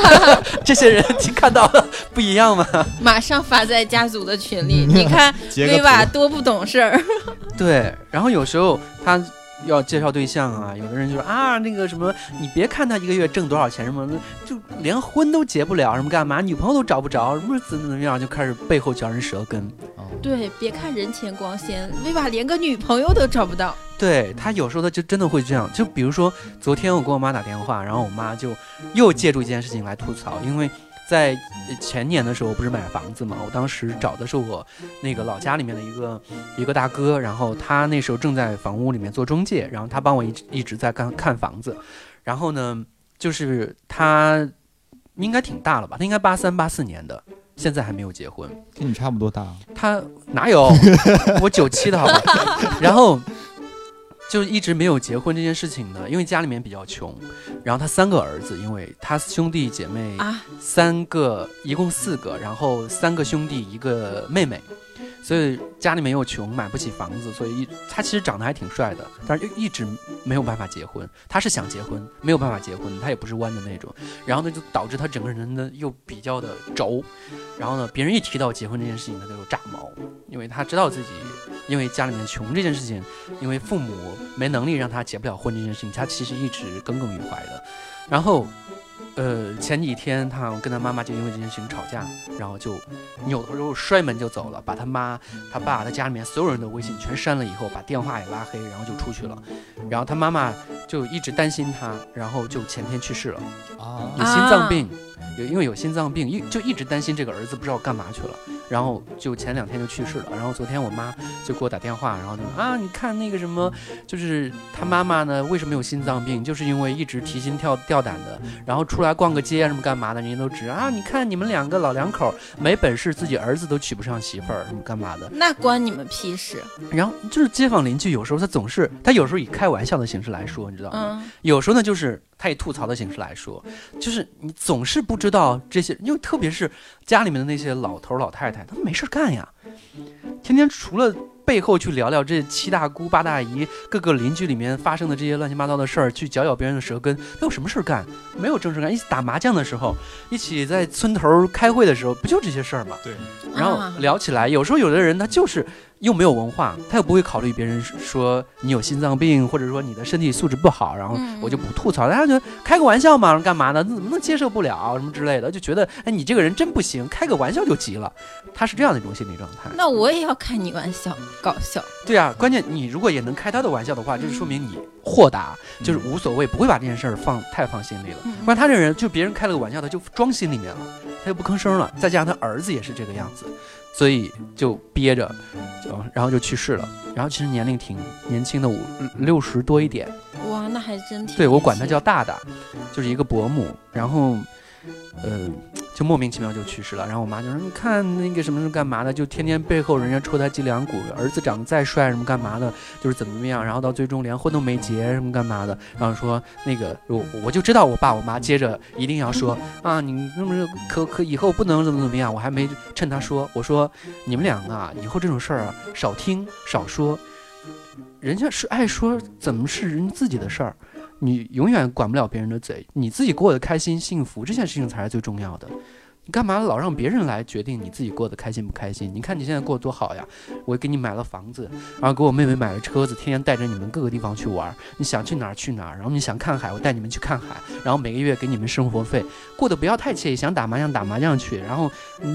Speaker 3: [laughs] 这些人你看到了不一样吗？
Speaker 5: 马上发在家族的群
Speaker 3: [laughs]
Speaker 5: 里。你看
Speaker 4: 截个
Speaker 5: 薇
Speaker 4: 图
Speaker 5: 娃多不懂事儿， [laughs]
Speaker 3: 对，然后有时候他要介绍对象啊，有的人就说啊，那个什么，你别看他一个月挣多少钱，什么就连婚都结不了，什么干嘛，女朋友都找不着，什么怎么怎么样，就开始背后嚼人舌根。
Speaker 4: 哦
Speaker 5: 对，别看人前光鲜，薇娃连个女朋友都找不到。
Speaker 3: 对他有时候他就真的会这样，就比如说昨天我给我妈打电话，然后我妈就又借助一件事情来吐槽，因为在呃前年的时候我不是买房子嘛，我当时找的是我那个老家里面的一个一个大哥，然后他那时候正在房屋里面做中介，然后他帮我一直一直在看看房子，然后呢，就是他应该挺大了吧，他应该八三八四年的，现在还没有结婚，
Speaker 4: 跟你差不多大，
Speaker 3: 他哪有？我九七的好吧？然后就一直没有结婚这件事情呢，因为家里面比较穷。然后他三个儿子，因为他兄弟姐妹
Speaker 5: 啊
Speaker 3: 三个，一共四个，然后三个兄弟一个妹妹，所以家里面又穷，买不起房子，所以一他其实长得还挺帅的，但是就一直没有办法结婚。他是想结婚，没有办法结婚，他也不是弯的那种。然后呢，就导致他整个人呢又比较的轴。然后呢，别人一提到结婚这件事情，他就炸毛，因为他知道自己因为家里面穷这件事情，因为父母没能力让他结不了婚这件事情，他其实一直耿耿于怀的。然后，呃，前几天他跟他妈妈就因为这件事情吵架，然后就扭头就摔门就走了，把他妈、他爸、他家里面所有人的微信全删了以后，把电话也拉黑，然后就出去了。然后他妈妈就一直担心他，然后就前天去世了，
Speaker 4: 啊
Speaker 3: 有心脏病，有因为有心脏病，一就一直担心这个儿子不知道干嘛去了，然后就前两天就去世了，然后昨天我妈就给我打电话，然后就说啊，你看那个什么，就是他妈妈呢为什么有心脏病，就是因为一直提心吊吊胆的，然后出来逛个街啊什么干嘛的，人家都指啊，你看你们两个老两口没本事，自己儿子都娶不上媳妇儿，什么干嘛的，
Speaker 5: 那关你们屁事？
Speaker 3: 然后就是街坊邻居有时候他总是他有时候以开玩笑的形式来说，你知道吗？
Speaker 5: 嗯，
Speaker 3: 有时候呢，就是他以吐槽的形式来说，就是你总是不知道这些，因为特别是家里面的那些老头儿老太太，他们没事儿干呀，天天除了背后去聊聊这七大姑八大姨、各个邻居里面发生的这些乱七八糟的事儿，去嚼咬别人的舌根，没有什么事儿干，没有正事儿干。一起打麻将的时候，一起在村头儿开会的时候，不就这些事儿吗？然
Speaker 5: 啊
Speaker 3: 后聊起来，有时候有的人他就是又没有文化，他又不会考虑别人说你有心脏病，或者说你的身体素质不好，然后
Speaker 5: 嗯
Speaker 3: 我就不吐槽，大家觉得开个玩笑嘛，干嘛呢？怎么能接受不了什么之类的，就觉得哎你这个人真不行，开个玩笑就急了，他是这样的一种心理状态。
Speaker 5: 那我也要开你玩笑，搞笑。
Speaker 3: 对啊，关键你如果也能开他的玩笑的话，就是说明你豁达，就是
Speaker 4: 嗯
Speaker 3: 无所谓，不会把这件事儿放太放心里了。
Speaker 5: 嗯
Speaker 3: 不然他这人就别人开了个玩笑，他就装心里面了，他就不吭声了。再加上他儿子也是这个样子，所以就憋着，就然后就去世了。然后其实年龄挺年轻的，五六十多一点。
Speaker 5: 哇，那还真挺。
Speaker 3: 对我管他叫。大大，就是一个伯母。然后，呃，就莫名其妙就去世了。然后我妈就说：“你看那个什么什么干嘛的，就天天背后人家戳他脊梁骨，儿子长得再帅什么干嘛的，就是怎么怎么样。然后到最终连婚都没结什么干嘛的。然后说那个我我就知道我爸我妈接着一定要说 [laughs] 啊，你那么可可以后不能怎么怎么样。我还没趁他说，我说你们两个啊，以后这种事儿啊少听少说。”人家是爱说，怎么是人自己的事儿？你永远管不了别人的嘴，你自己过得开心幸福这件事情才是最重要的。你干嘛老让别人来决定你自己过得开心不开心？你看你现在过得多好呀！我给你买了房子，然后给我妹妹买了车子，天天带着你们各个地方去玩儿。你想去哪儿去哪儿，然后你想看海，我带你们去看海，然后每个月给你们生活费，过得不要太惬意。想打麻将打麻将去，然后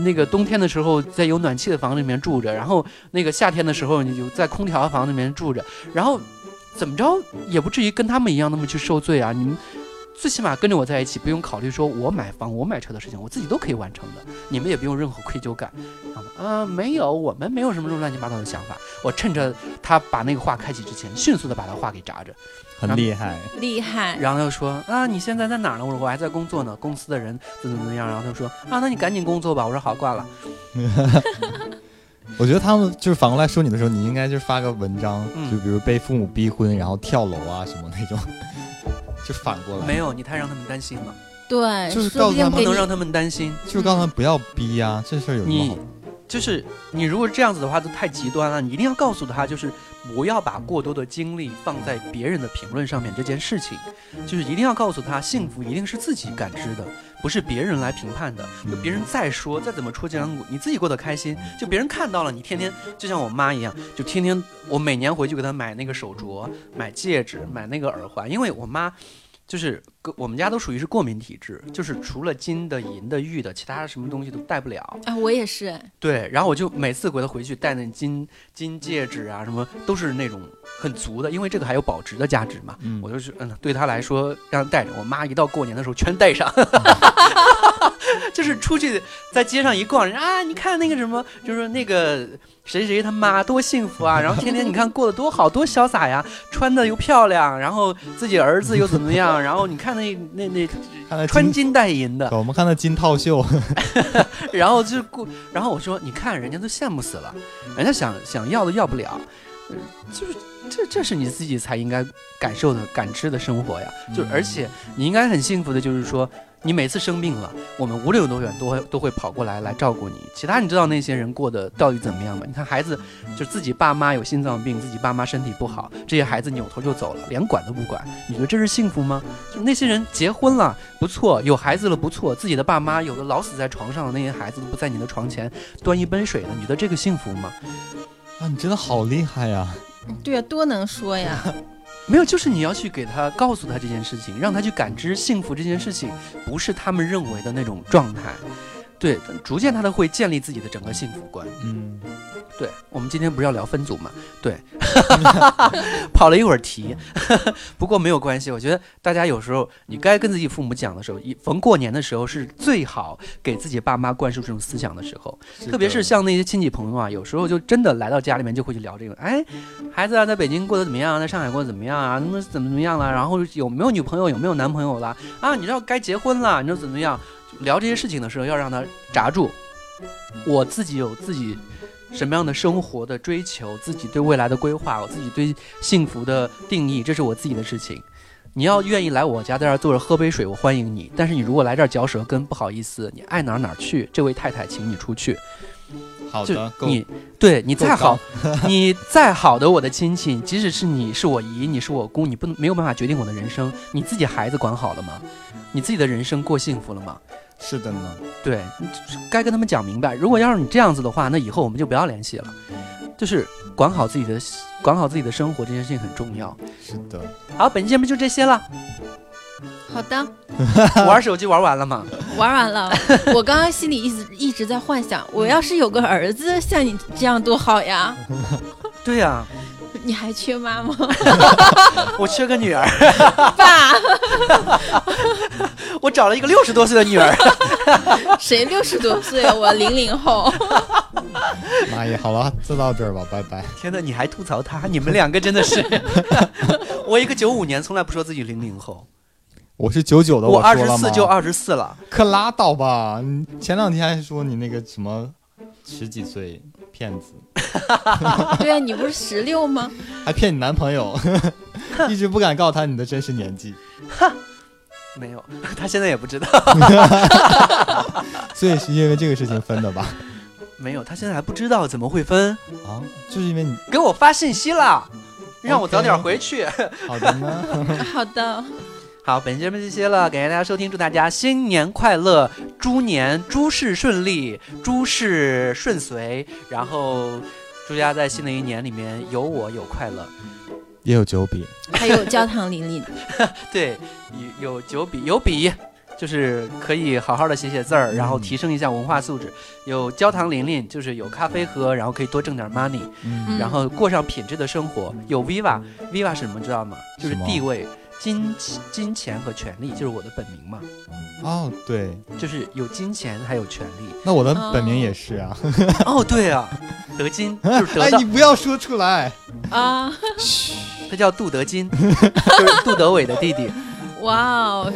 Speaker 3: 那个冬天的时候在有暖气的房子里面住着，然后那个夏天的时候你就在空调的房子里面住着，然后怎么着也不至于跟他们一样那么去受罪啊！你们最起码跟着我在一起，不用考虑说我买房、我买车的事情，我自己都可以完成的，你们也不用任何愧疚感。啊、呃，没有，我们没有什么乱七八糟的想法。我趁着他把那个话开启之前，迅速的把他话给扎着。
Speaker 4: 很厉害，
Speaker 5: 厉害。
Speaker 3: 然后他就说啊，你现在在哪儿呢？我说我还在工作呢，公司的人怎么怎么样。然后他说啊，那你赶紧工作吧。我说好，挂了。
Speaker 4: 我觉得他们就是反过来说你的时候，你应该就是发个文章，
Speaker 3: 嗯
Speaker 4: 就比如被父母逼婚，然后跳楼啊什么那种， [laughs] 就反过来，
Speaker 3: 没有，你太让他们担心了，
Speaker 5: 对，
Speaker 4: 就是告
Speaker 5: 说不
Speaker 4: 诉他
Speaker 5: 定
Speaker 4: 们
Speaker 3: 不
Speaker 5: 给
Speaker 3: 能
Speaker 5: 你
Speaker 3: 让他们担心。
Speaker 4: 就是告诉他们不要逼呀、这事儿有什么
Speaker 3: 你
Speaker 4: 好？
Speaker 3: 就是你如果这样子的话，就太极端了。你一定要告诉他，就是不要把过多的精力放在别人的评论上面这件事情，
Speaker 4: 嗯
Speaker 3: 就是一定要告诉他，幸福一定是自己感知的，不是别人来评判的。就
Speaker 4: 嗯
Speaker 3: 别人再说再怎么戳脊梁骨，你自己过得开心，就别人看到了你天天就像我妈一样，就天天我每年回去给她买那个手镯、买戒指、买那个耳环，因为我妈。就是跟我们家都属于是过敏体质，就是除了金的、银的、玉的，其他什么东西都戴不了。
Speaker 5: 啊，我也是，
Speaker 3: 对，然后我就每次回他回去戴那金金戒指啊，什么都是那种很足的，因为这个还有保值的价值嘛。
Speaker 4: 嗯
Speaker 3: 我就是嗯，对他来说让他带着，我妈一到过年的时候全带上，就是出去在街上一逛，人啊，你看那个什么，就是那个谁谁他妈多幸福啊，然后天天你看过得多好，多潇洒呀，穿的又漂亮，然后自己儿子又怎么样，然后你看那那那
Speaker 4: 看他
Speaker 3: 穿
Speaker 4: [laughs] 金，
Speaker 3: 金戴银的，
Speaker 4: 我们看他金套袖，
Speaker 3: [laughs] 然后就故，然后我说，你看人家都羡慕死了，人家想想要都要不了，呃就是这这是你自己才应该感受的、感知的生活呀。就而且你应该很幸福的，就是说你每次生病了，我们无论有多远都会都会跑过来来照顾你。其他你知道那些人过得到底怎么样吗？你看孩子就自己爸妈有心脏病，自己爸妈身体不好，这些孩子扭头就走了，连管都不管，你觉得这是幸福吗？就是那些人结婚了不错，有孩子了不错，自己的爸妈有的老死在床上的那些孩子都不在你的床前端一杯水了，你觉得这个幸福吗？
Speaker 4: [laughs] 啊，你真的好厉害呀、
Speaker 5: 对啊，多能
Speaker 3: [laughs]
Speaker 5: 说呀，
Speaker 3: 没有，就是你要去给他告诉他这件事情，让他去感知幸福这件事情不是他们认为的那种状态。对，逐渐他都会建立自己的整个幸福观。
Speaker 4: 嗯，
Speaker 3: 对，我们今天不是要聊分组嘛？对， [laughs] 跑了一会儿题，不过没有关系。我觉得大家有时候你该跟自己父母讲的时候，一逢过年的时候是最好给自己爸妈灌输这种思想的时候。特别是像那些亲戚朋友啊，有时候就真的来到家里面就会去聊这个，哎，孩子啊，在北京过得怎么样啊？在上海过得怎么样啊？怎么怎么怎么样了、然后有没有女朋友？有没有男朋友了？啊，你知道该结婚了？你知道怎么样？聊这些事情的时候要让他闸住。我自己有自己什么样的生活的追求，自己对未来的规划，我自己对幸福的定义，这是我自己的事情。你要愿意来我家，在这儿坐着喝杯水，我欢迎你。但是你如果来这儿嚼舌根，不好意思，你爱哪儿哪儿去。这位太太，请你出去。
Speaker 4: 好
Speaker 3: 就
Speaker 4: 的，够
Speaker 3: 你对你
Speaker 4: 够
Speaker 3: 再好
Speaker 4: 高，
Speaker 3: [laughs] 你再好的我的亲戚，即使是你是我姨，你是我姑，你不能没有办法决定我的人生。你自己孩子管好了吗？你自己的人生过幸福了吗？
Speaker 4: 是的呢。
Speaker 3: 对，你就是该跟他们讲明白。如果要是你这样子的话，那以后我们就不要联系了。就是管好自己的，管好自己的生活这件事情很重要。
Speaker 4: 是的，
Speaker 3: 好，本期节目就这些 [laughs] 了。
Speaker 5: 好的，
Speaker 3: 玩手机玩完了吗？
Speaker 5: 玩
Speaker 3: [laughs]
Speaker 5: 完了。我刚刚心里一直一直在幻想，我要是有个儿子像你这样多好
Speaker 3: [laughs]
Speaker 5: 呀！
Speaker 3: 对呀、
Speaker 5: 你还缺
Speaker 3: [laughs]
Speaker 5: 妈吗？
Speaker 3: 我缺个女儿，
Speaker 5: 爸，
Speaker 3: 我找了一个六十多岁的女儿。
Speaker 5: 谁六十多岁啊？我零
Speaker 3: [laughs]
Speaker 5: 零后。
Speaker 4: 妈耶，好了，就到这儿吧，拜拜。
Speaker 3: 天哪，你还吐槽他？你们两个真
Speaker 4: [laughs]
Speaker 3: 的是， [laughs] 我一个九五年，从来不说自己零零后，
Speaker 4: 我是九九的，
Speaker 3: 我二
Speaker 4: 说
Speaker 3: 十
Speaker 4: 了吗
Speaker 3: 四就二十四了。
Speaker 4: 可拉倒吧！你前两天还说你那个什么十几岁骗子，
Speaker 5: 对啊，你不是十六吗？
Speaker 4: 还骗你男朋
Speaker 3: [laughs]
Speaker 4: 友，一直不敢告他你的真实年纪，
Speaker 3: 没有，他现在也不知道。
Speaker 4: 所以是因为这个事情分的吧？
Speaker 3: 没有，他现在还不知道怎么会分，
Speaker 4: 啊，就是因为你
Speaker 3: 给我发信息了，让我早点回去。 [laughs]
Speaker 4: 好的呢，
Speaker 5: 好的，
Speaker 3: 好，本期节目就这些了，感谢大家收听，祝大家新年快乐，猪年诸事顺利，诸事顺遂，然后祝大家在新的一年里面有我有快乐。
Speaker 4: [laughs] 也有九比，
Speaker 5: 还有教堂里里，
Speaker 3: 对，有有九笔，有笔，就是可以好好的写写字儿，然后
Speaker 4: 嗯
Speaker 3: 提升一下文化素质。有焦糖琳琳，就是有咖啡喝，然后可以多挣点 money，、
Speaker 4: 嗯，
Speaker 3: 然后过上品质的生活。有 viva，viva 是什么知道吗？就是
Speaker 4: 什么
Speaker 3: 地位、金金钱和权利，就是我的本名嘛，
Speaker 4: 哦对，
Speaker 3: 就是有金钱还有权利。
Speaker 4: 那我的本名也是啊，
Speaker 3: 哦，对啊，德金就是得
Speaker 4: [laughs] 哎，
Speaker 3: 到
Speaker 4: 你，不要说出来，
Speaker 5: 啊，
Speaker 3: 他叫杜
Speaker 4: [laughs]
Speaker 3: 德金，就是杜德伟的弟弟。
Speaker 5: 哇哦，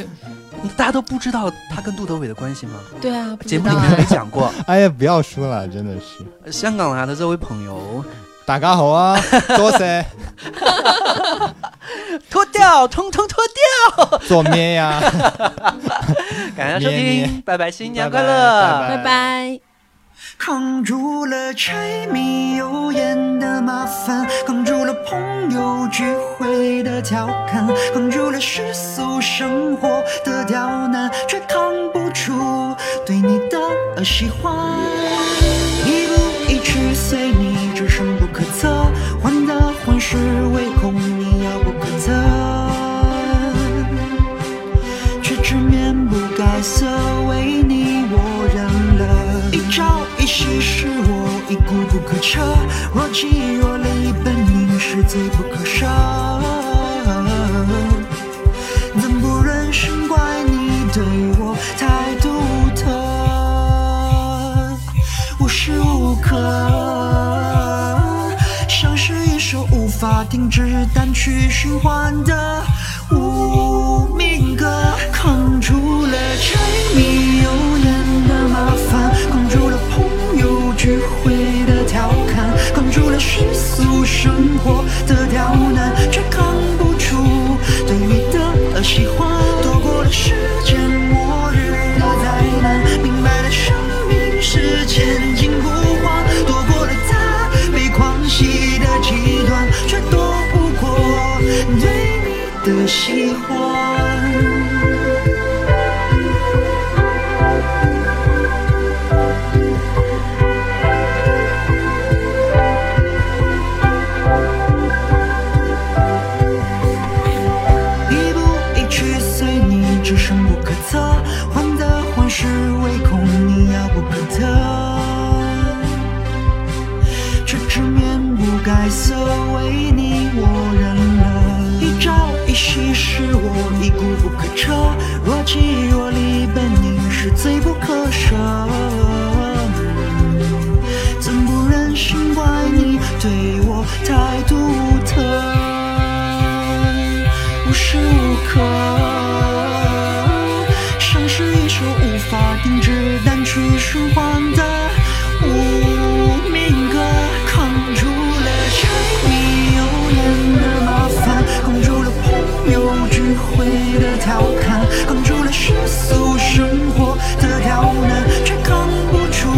Speaker 3: 大家都不知道他跟杜德伟的关系吗？
Speaker 5: 对啊，不
Speaker 3: 节
Speaker 5: 知
Speaker 3: 目
Speaker 5: 道
Speaker 3: 里
Speaker 5: 啊
Speaker 3: 面没
Speaker 4: [laughs]
Speaker 3: 讲过。
Speaker 4: 哎呀，不要说了，真的是。
Speaker 3: 香港来的这位朋友，
Speaker 4: 大家好啊，多
Speaker 3: [laughs]
Speaker 4: 谢
Speaker 3: 脱掉，通通脱掉。
Speaker 4: 做咩呀？
Speaker 3: 感谢收
Speaker 4: 咩
Speaker 3: 听
Speaker 4: 咩，
Speaker 3: 拜拜，新年
Speaker 4: 拜
Speaker 3: 快
Speaker 4: 拜
Speaker 3: 乐，
Speaker 5: 拜拜。
Speaker 6: 扛住了柴米油盐的麻烦，扛住了朋友聚会的调侃，扛住了世俗生活的刁难，却扛不住对你的喜欢。一步一尺随你，只深不可测，患得患失唯恐你遥不可测，却只面不改色，为你我忍了。一朝一夕是我已固不可彻，若即若离本应是罪不可赦。怎不忍心怪你对我太独特，无时无刻像是一首无法停止单曲循环的无名歌，扛住了柴米油盐的麻烦，扛住了朋友聚会的调侃，扛住了世俗生活的刁难，却扛不住对你的喜欢，躲过了世间末日的灾难，明白了生命是千金不换，躲过了他被狂喜的极端，却躲不过对你的喜欢。白色为你我认了，一朝一夕是我已固不可彻，若即若离本应是罪不可赦。怎不忍心怪你对我太独特，无时无刻像是一首无法停止单曲循环的无名歌，扛住了柴米油盐的麻烦，扛住了朋友聚会的调侃，扛住了世俗生活的刁难，却扛不住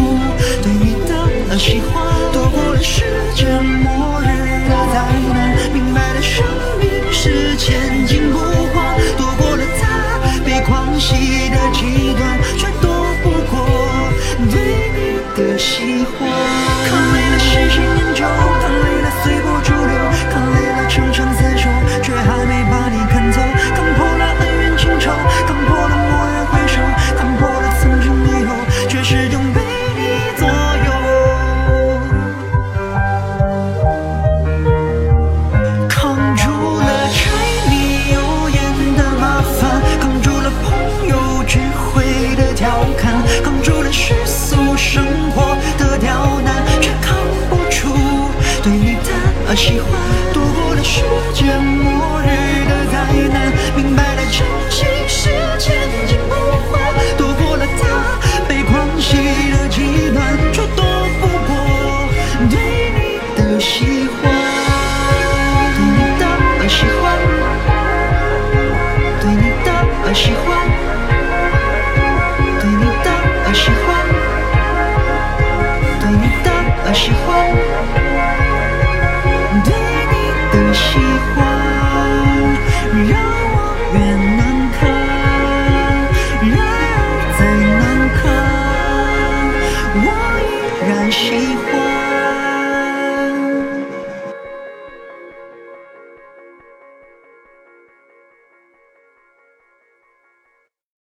Speaker 6: 对你的喜欢，躲过了世界末日的灾难，明白了生命是千金不换，躲过了他被狂喜的极端，却躲不过对你的喜欢。看累了喜新厌旧，看累了随波逐流，看累了长相厮守，却还没把你看透。看破了恩怨情仇，看破了蓦然回首，看破了曾经以后，却始终被你左右。扛住了柴米油盐的麻烦，扛住了朋友聚会的调侃，扛住了世俗生活的刁难，却扛不住对你的喜欢。躲过了世界末日的灾难，明白了真心是千金不换，躲过了他被狂喜的极端，却躲不过对你的喜欢。对你的喜欢，对你的喜欢，对你的喜欢，对你的喜欢，对你的喜欢。